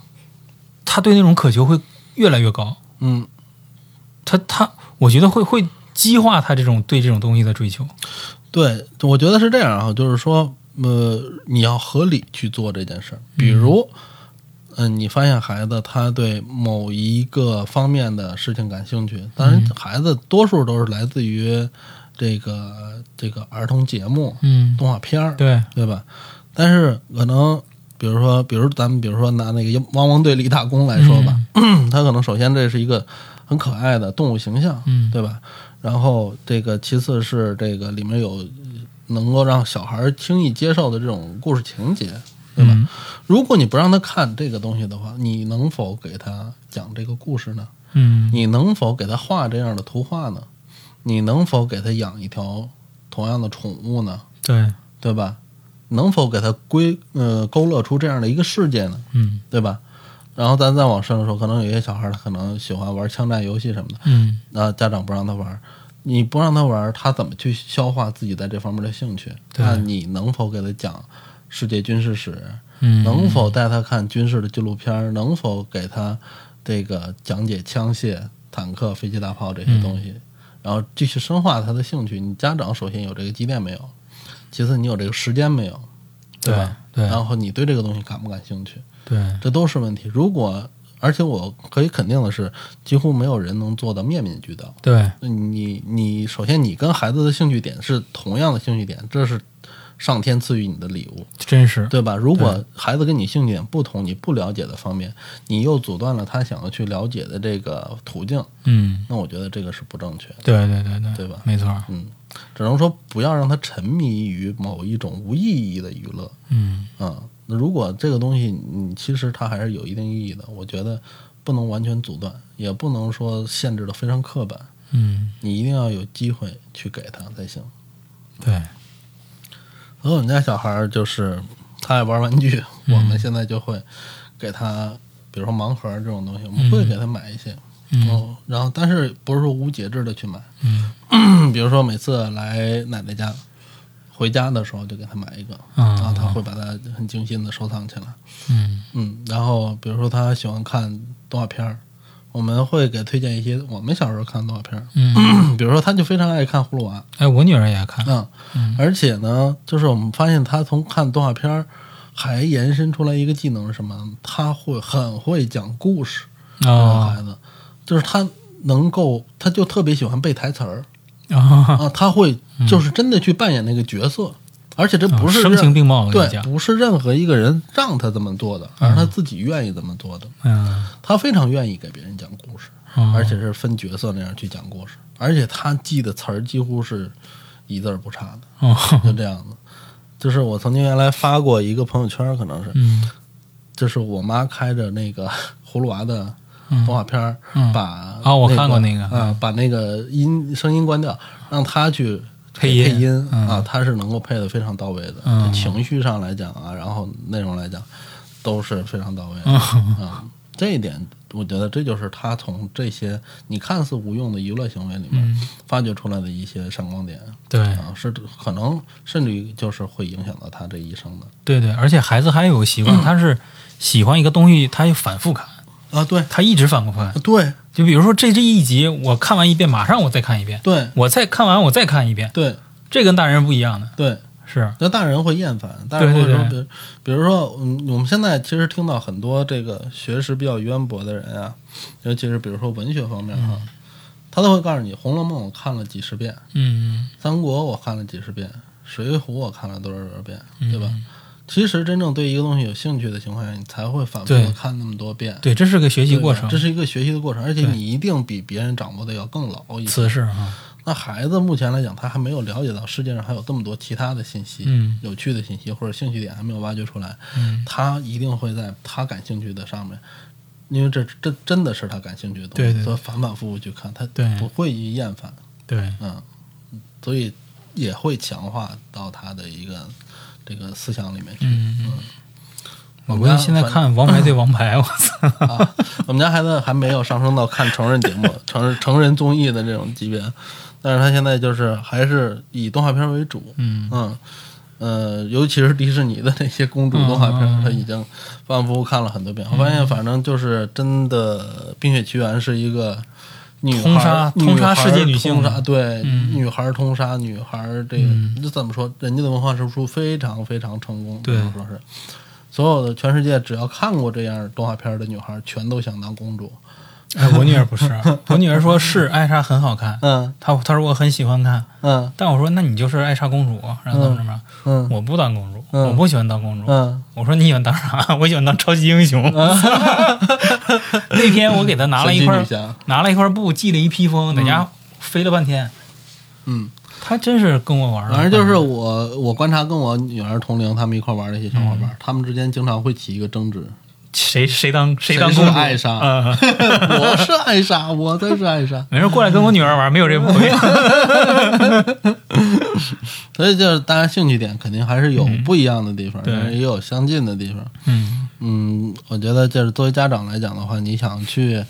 S2: 他对那种渴求会越来越高，
S1: 嗯，
S2: 他他，我觉得会会激化他这种对这种东西的追求。
S1: 对，我觉得是这样啊，就是说，呃，你要合理去做这件事儿。比如，嗯、你发现孩子他对某一个方面的事情感兴趣，当然，孩子多数都是来自于这个这个儿童节目、
S2: 嗯，
S1: 动画片儿，
S2: 对，
S1: 对吧？但是可能，比如说，比如咱们比如说拿那个《汪汪队立大功》来说吧，(clears throat)
S2: 嗯
S1: 他可能首先这是一个很可爱的动物形象，
S2: 嗯
S1: 对吧？然后这个其次是这个里面有能够让小孩儿轻易接受的这种故事情节，对对吧？
S2: 嗯
S1: 如果你不让他看这个东西的话，你能否给他讲这个故事呢？
S2: 嗯
S1: 你能否给他画这样的图画呢？你能否给他养一条同样的宠物呢？
S2: 对，
S1: 对吧？能否给他归呃勾勒出这样的一个世界呢？
S2: 嗯
S1: 对吧？然后咱再往深了说，可能有些小孩儿他可能喜欢玩枪战游戏什么的，
S2: 嗯
S1: 那家长不让他玩儿，你不让他玩儿，他怎么去消化自己在这方面的兴趣？
S2: 对
S1: 那你能否给他讲世界军事史？
S2: 嗯，
S1: 能否带他看军事的纪录片儿？能否给他这个讲解枪械、坦克、飞机、大炮这些东西？
S2: 嗯
S1: 然后继续深化他的兴趣。你家长首先有这个积淀没有？其次，你有这个时间没有？
S2: 对
S1: 吧？
S2: 对
S1: 然后你对这个东西感不感兴趣？
S2: 对
S1: 这都是问题。如果而且我可以肯定的是，几乎没有人能做到面面俱到。
S2: 对
S1: 你你首先你跟孩子的兴趣点是同样的兴趣点，这是上天赐予你的礼物，
S2: 真是
S1: 对吧？如果孩子跟你兴趣点不同，你不了解的方面，你又阻断了他想要去了解的这个途径，
S2: 嗯，
S1: 那我觉得这个是不正确的。
S2: 对对对对，
S1: 对吧
S2: 没错，
S1: 嗯，只能说不要让他沉迷于某一种无意义的娱乐。
S2: 嗯
S1: 嗯，那如果这个东西你其实它还是有一定意义的，我觉得不能完全阻断，也不能说限制的非常刻板，
S2: 嗯，
S1: 你一定要有机会去给他才行。
S2: 对，
S1: 所以我们家小孩儿就是他爱玩玩具，
S2: 嗯
S1: 我们现在就会给他，比如说盲盒这种东西，我们会给他买一些，
S2: 嗯
S1: 嗯，然后但是不是说无节制的去
S2: (clears throat)
S1: 买，
S2: 嗯
S1: 比如说每次来奶奶家。回家的时候就给他买一个，
S2: 嗯
S1: 然后他会把它很精心的收藏起来。
S2: 嗯
S1: 嗯，然后比如说他喜欢看动画片儿，我们会给推荐一些我们小时候看的动画片儿，(clears throat)
S2: 嗯，
S1: 比如说他就非常爱看《葫芦娃》，
S2: 哎，我女儿也爱看，
S1: 嗯，
S2: 嗯
S1: 而且呢，就是我们发现他从看动画片儿还延伸出来一个技能是什么？他会很会讲故事，这个
S2: 哦
S1: 孩子，就是他能够，他就特别喜欢背台词儿
S2: 哦，
S1: 啊，他会就是真的去扮演那个角色，而且这不是
S2: 啊声
S1: 任
S2: 情并茂，我跟
S1: 对
S2: 你，讲，
S1: 不是任何一个人让他这么做的，而是他自己愿意这么做的。
S2: 嗯，
S1: 他非常愿意给别人讲故事，
S2: 哦
S1: 而且是分角色那样去讲故事，而且他记的词儿几乎是一字儿不差的，
S2: 哦，
S1: 就这样子。就是我曾经原来发过一个朋友圈儿，可能是，
S2: 嗯
S1: 就是我妈开着那个 (laughs) 葫芦娃的动
S2: 嗯
S1: 画片儿，
S2: 嗯，
S1: 把
S2: 啊我看过那
S1: 那
S2: 个
S1: 啊，把那个音声音关掉，让他去
S2: 配
S1: 音
S2: 音
S1: 配
S2: 嗯
S1: 啊，他是能够配的非常到位的，
S2: 嗯
S1: 就情绪上来讲啊，然后内容来讲都是非常到位的。
S2: 嗯
S1: 啊，这一点我觉得这就是他从这些你看似无用的娱乐行为里面
S2: 嗯，
S1: 发掘出来的一些闪光点
S2: 对
S1: 啊，是可能甚至于就是会影响到他这一生的
S2: 对对，而且孩子还有个习惯，他是喜欢一个东西，他就反复看，
S1: 啊，对
S2: 他一直反复看。
S1: 对
S2: 就比如说这这一集，我看完一遍，马上我再看一遍，
S1: 对
S2: 我再看完我再看一遍，
S1: 对
S2: 这跟大人不一样的，
S1: 对，
S2: 是，
S1: 那大人会厌烦，大人会
S2: 对
S1: 说，
S2: 对
S1: 比如比如说，嗯，我们现在其实听到很多这个学识比较渊博的人啊，尤其是比如说文学方面哈、他都会告诉你，《红楼梦》我看了几十遍，
S2: 嗯，
S1: 《三国》我看了几十遍，《水浒》我看了多少多少遍，
S2: 嗯
S1: 对吧？？其实真正对一个东西有兴趣的情况下，你才会反复
S2: 对
S1: 的看那么多遍。
S2: 对，这是个学习
S1: 对吧
S2: 过程，
S1: 这是一个学习的过程，而且
S2: 对
S1: 你一定比别人掌握的要更牢一些。
S2: 此事哈，
S1: 那孩子目前来讲，他还没有了解到世界上还有这么多其他的信息，
S2: 嗯
S1: 有趣的信息或者兴趣点还没有挖掘出来，
S2: 嗯，
S1: 他一定会在他感兴趣的上面，因为这这真的是他感兴趣的东
S2: 对
S1: 西，
S2: 对对
S1: 所以反反复复去看，他
S2: 对
S1: 不会去厌烦，
S2: 对，
S1: 嗯，所以也会强化到他的一个这个思想里面去。
S2: 嗯嗯。我
S1: 我
S2: 估
S1: 们家
S2: 计现在
S1: 反
S2: 看《王牌对王牌》，我操！
S1: 啊， (laughs) 我们家孩子还没有上升到看成人节目、成人成人综艺的这种级别，但是他现在就是还是以动画片为主，
S2: (laughs) 嗯
S1: 嗯，呃，尤其是迪士尼的那些公主动画片，
S2: 嗯嗯嗯嗯
S1: 他已经反反复复看了很多遍。我发现，反正就是真的，《冰雪奇缘》是一个。女孩
S2: 通杀
S1: 女
S2: 通杀
S1: 孩
S2: 世界女性
S1: 通杀对、
S2: 嗯
S1: 女孩通杀女孩这个、
S2: 嗯
S1: 这怎么说？人家的文化输出非常非常成功，
S2: 对
S1: 只能说是所有的全世界只要看过这样动画片的女孩，全都想当公主。
S2: 哎，我女儿不是，我女儿说是艾莎很好看，
S1: 嗯
S2: 她她说我很喜欢看，
S1: 嗯
S2: 但我说那你就是艾莎公主，然后怎么怎么着，
S1: 嗯
S2: 我不当公主，
S1: 嗯
S2: 我不喜欢当公主。
S1: 嗯，
S2: 我说你喜欢当啥？ (laughs) 我喜欢当超级英雄。 (laughs) 那天我给她拿了一块
S1: 神奇女侠
S2: 嗯拿了一块布系了一披风，在家飞了半天。
S1: 嗯，
S2: 他真是跟我玩儿的，
S1: 反正就是我，我观察跟我女儿同龄他们一块玩的一些小伙伴，他们之间经常会起一个争执，
S2: 谁谁当谁
S1: 谁
S2: 当
S1: 是
S2: 公主
S1: 艾莎，
S2: 啊
S1: 我是艾莎，我才是艾莎。
S2: 没事，过来跟我女儿玩，没有这回。
S1: 所以就是大家兴趣点肯定还是有不一样的地方，
S2: 对
S1: 但是也有相近的地方。
S2: (laughs) 嗯
S1: 嗯，我觉得就是作为家长来讲的话，你想去，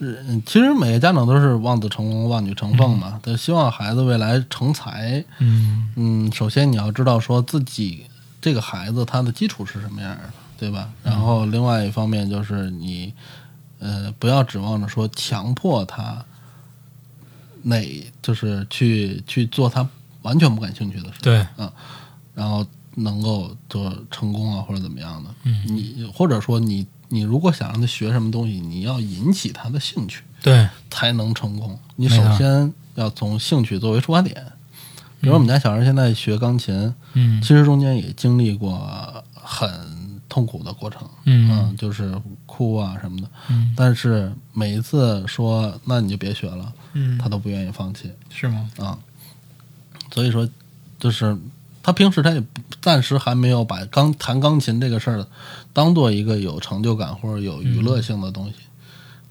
S1: 嗯，其实每个家长都是望子成龙、望女成凤嘛，都希望孩子未来成才。
S2: 嗯
S1: 嗯，首先你要知道说自己这个孩子他的基础是什么样的，对吧？然后另外一方面就是你，呃，不要指望着说强迫他，哪就是去去做他完全不感兴趣的事，啊
S2: 对，
S1: 然后能够做成功啊或者怎么样的。
S2: 嗯
S1: 你或者说你你如果想让他学什么东西，你要引起他的兴趣
S2: 对，
S1: 才能成功。你
S2: 没
S1: 首
S2: 错
S1: 先要从兴趣作为出发点。比如我们家小孩现在学钢琴，
S2: 嗯
S1: 其实中间也经历过很痛苦的过程，
S2: 嗯
S1: 就是哭啊什么的。
S2: 嗯
S1: 但是每一次说那你就别学了，
S2: 嗯
S1: 他都不愿意放弃
S2: 是吗？
S1: 啊。所以说，就是他平时他也不暂时还没有把钢弹钢琴这个事儿当做一个有成就感或者有娱
S2: 嗯
S1: 乐性的东西，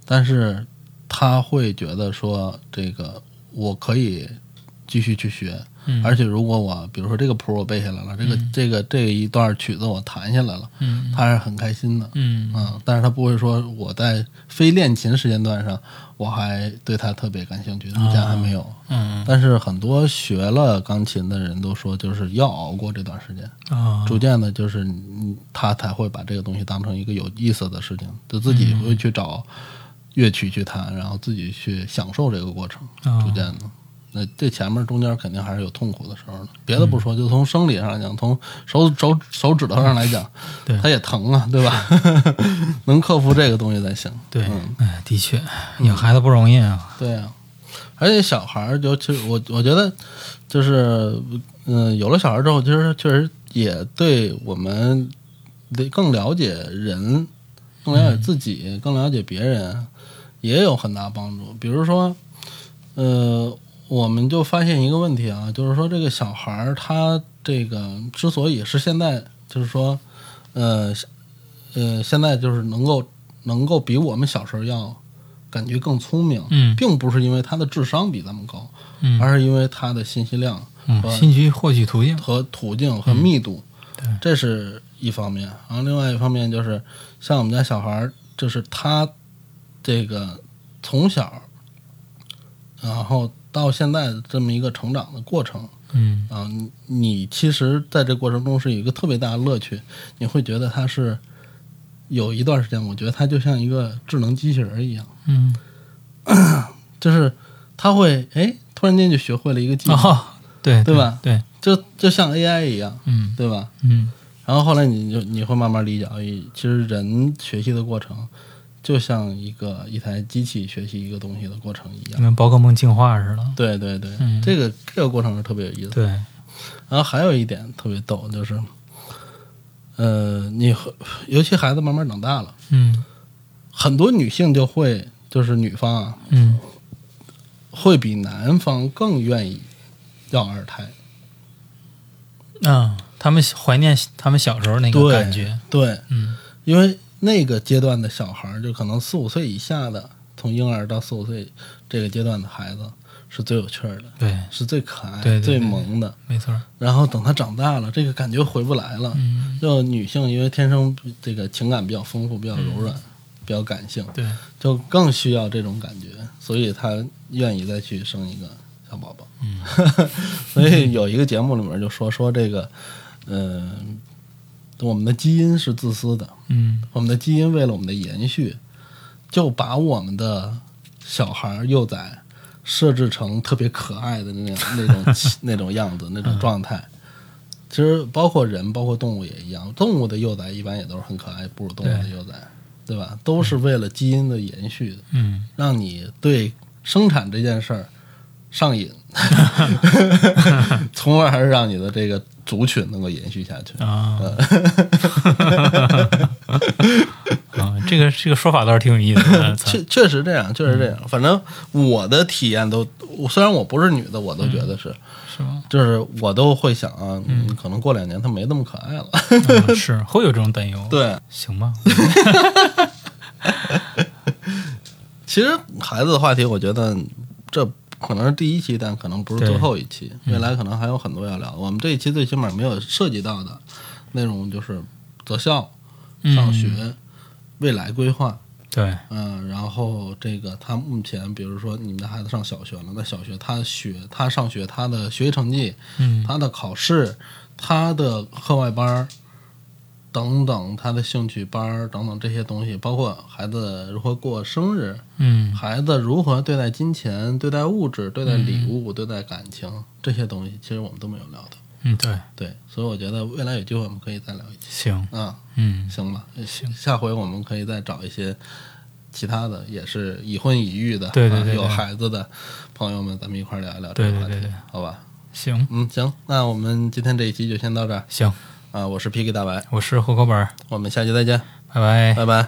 S1: 但是他会觉得说这个我可以继续去学，
S2: 嗯，
S1: 而且如果我比如说这个谱我背下来了，这个、这个这一段曲子我弹下来了，
S2: 嗯
S1: 他还是很开心的。
S2: 嗯
S1: 嗯，但是他不会说我在非练琴时间段上，我还对他特别感兴趣，目前还没有。
S2: 嗯
S1: 但是很多学了钢琴的人都说，就是要熬过这段时间，
S2: 啊，
S1: 逐渐的，就是你他才会把这个东西当成一个有意思的事情，就自己
S2: 嗯
S1: 会去找乐曲去弹，然后自己去享受这个过程。
S2: 啊
S1: 逐渐的。那这前面中间肯定还是有痛苦的时候的，别
S2: 嗯
S1: 的不说，就从生理上来讲，从手手手指头上来讲，
S2: (laughs) 对
S1: 它也疼啊，对吧？ (laughs) 能克服这个东西才行。
S2: 对
S1: 嗯，
S2: 哎，的确，养孩子不容易啊。
S1: 对啊，而且小孩儿，尤其是我，我觉得就是，嗯、有了小孩之后，其实确实也对我们得更了解人，更了解自己，更了解别人，也有很大帮助。比如说，呃，我们就发现一个问题啊，就是说这个小孩儿他这个之所以是现在，就是说，呃，呃，现在就是能够能够比我们小时候要感觉更聪明，
S2: 嗯
S1: 并不是因为他的智商比咱们高，
S2: 嗯
S1: 而是因为他的信息量
S2: 嗯，新局获取途径。
S1: 和途径和密度，
S2: 嗯对
S1: 这是一方面。然后另外一方面就是，像我们家小孩儿，就是他这个从小，然后到现在的这么一个成长的过程，
S2: 嗯
S1: 啊，你你其实在这过程中是有一个特别大的乐趣，你会觉得它是有一段时间，我觉得它就像一个智能机器人儿一样，
S2: 嗯，
S1: 就是它会哎突然间就学会了一个技能，
S2: 哦，对
S1: 嗯对吧
S2: 对，
S1: 就就像 AI 一样，
S2: 嗯
S1: 对吧？
S2: 嗯
S1: 然后后来你就你会慢慢理解，哎，其实人学习的过程就像一个一台机器学习一个东西的过程一样。
S2: 跟宝可梦进化似的。
S1: 对对对，
S2: 嗯
S1: 这个这个过程是特别有意思的。
S2: 对，
S1: 然后还有一点特别逗，就是，呃，你和尤其孩子慢慢长大了，
S2: 嗯
S1: 很多女性就会，就是女方啊，
S2: 嗯，
S1: 会比男方更愿意要二胎。
S2: 啊，他们怀念他们小时候那个
S1: 对
S2: 感觉。
S1: 对，
S2: 嗯
S1: 因为那个阶段的小孩儿，就可能四五岁以下的，从婴儿到四五岁这个阶段的孩子，是最有趣儿的，
S2: 对，
S1: 是最可爱、
S2: 对对
S1: 最
S2: 对
S1: 萌的。
S2: 没错。
S1: 然后等他长大了，这个感觉回不来了。
S2: 嗯，
S1: 就女性因为天生这个情感比较丰富、比较柔软、比较感性，
S2: 嗯对，
S1: 就更需要这种感觉，所以她愿意再去生一个小宝宝。
S2: 嗯
S1: (laughs)
S2: (laughs)
S1: 所以有一个节目里面就说说这个，嗯、我们的基因是自私的，
S2: 嗯
S1: 我们的基因为了我们的延续，就把我们的小孩儿幼崽设置成特别可爱的那样那种那种样子、那种状态。其实包括人，包括动物也一样，动物的幼崽一般也都是很可爱，哺乳动物的
S2: 对
S1: 幼崽，对吧？都是为了基因的延续，
S2: 嗯，
S1: 让你对生产这件事儿上瘾，从而让你的这个族
S2: 啊 (laughs)
S1: 群能够延续下去。
S2: 啊，啊，这个这个说法倒是挺有意思 (laughs) 的。操
S1: 确确实这样，确实这样。
S2: 嗯
S1: 反正我的体验都，我虽然我不是女的，我都觉得是，
S2: 是 (laughs) 吗？
S1: 就是我都会想啊，嗯可能过两年她没那么可爱
S2: (laughs)
S1: 了。
S2: 嗯是会有这种担忧。，
S1: 对，
S2: 行吧，
S1: 其实孩子的话题，我觉得这可能是第一期，但可能不是
S2: 对嗯
S1: 最后一期，未来可能还有很多要聊的。我们这一期最起码没有涉及到的内容就是择校、
S2: 嗯
S1: 上学、未来规划。
S2: 对，
S1: 嗯，然后这个他目前，比如说你们的孩子上小学了，那小学他学他上学他的学习成绩、
S2: 嗯，
S1: 他的考试、他的课外班儿等等，他的兴趣班儿等等这些东西，包括孩子如何过生日，
S2: 嗯，
S1: 孩子如何对待金钱、对待物质、对待
S2: 嗯
S1: 礼物、对待感情这些东西，其实我们都没有聊到。
S2: 嗯，对，
S1: 对，所以我觉得未来有机会我们可以再聊一期。
S2: 行，
S1: 啊，
S2: 嗯，
S1: 行吧，
S2: 行
S1: 下回我们可以再找一些其他的，也是已婚已育的，
S2: 对对对
S1: 啊
S2: 对
S1: 有孩子的朋友们，咱们一块儿聊一聊这个
S2: 对对
S1: 话题，
S2: 对对
S1: 好吧？
S2: 行，
S1: 嗯，行，那我们今天这一期就先到这儿
S2: 行，
S1: 啊！我是 PK 大白，
S2: 我是户口本儿，
S1: 我们下期再见，
S2: 拜拜。
S1: 拜拜。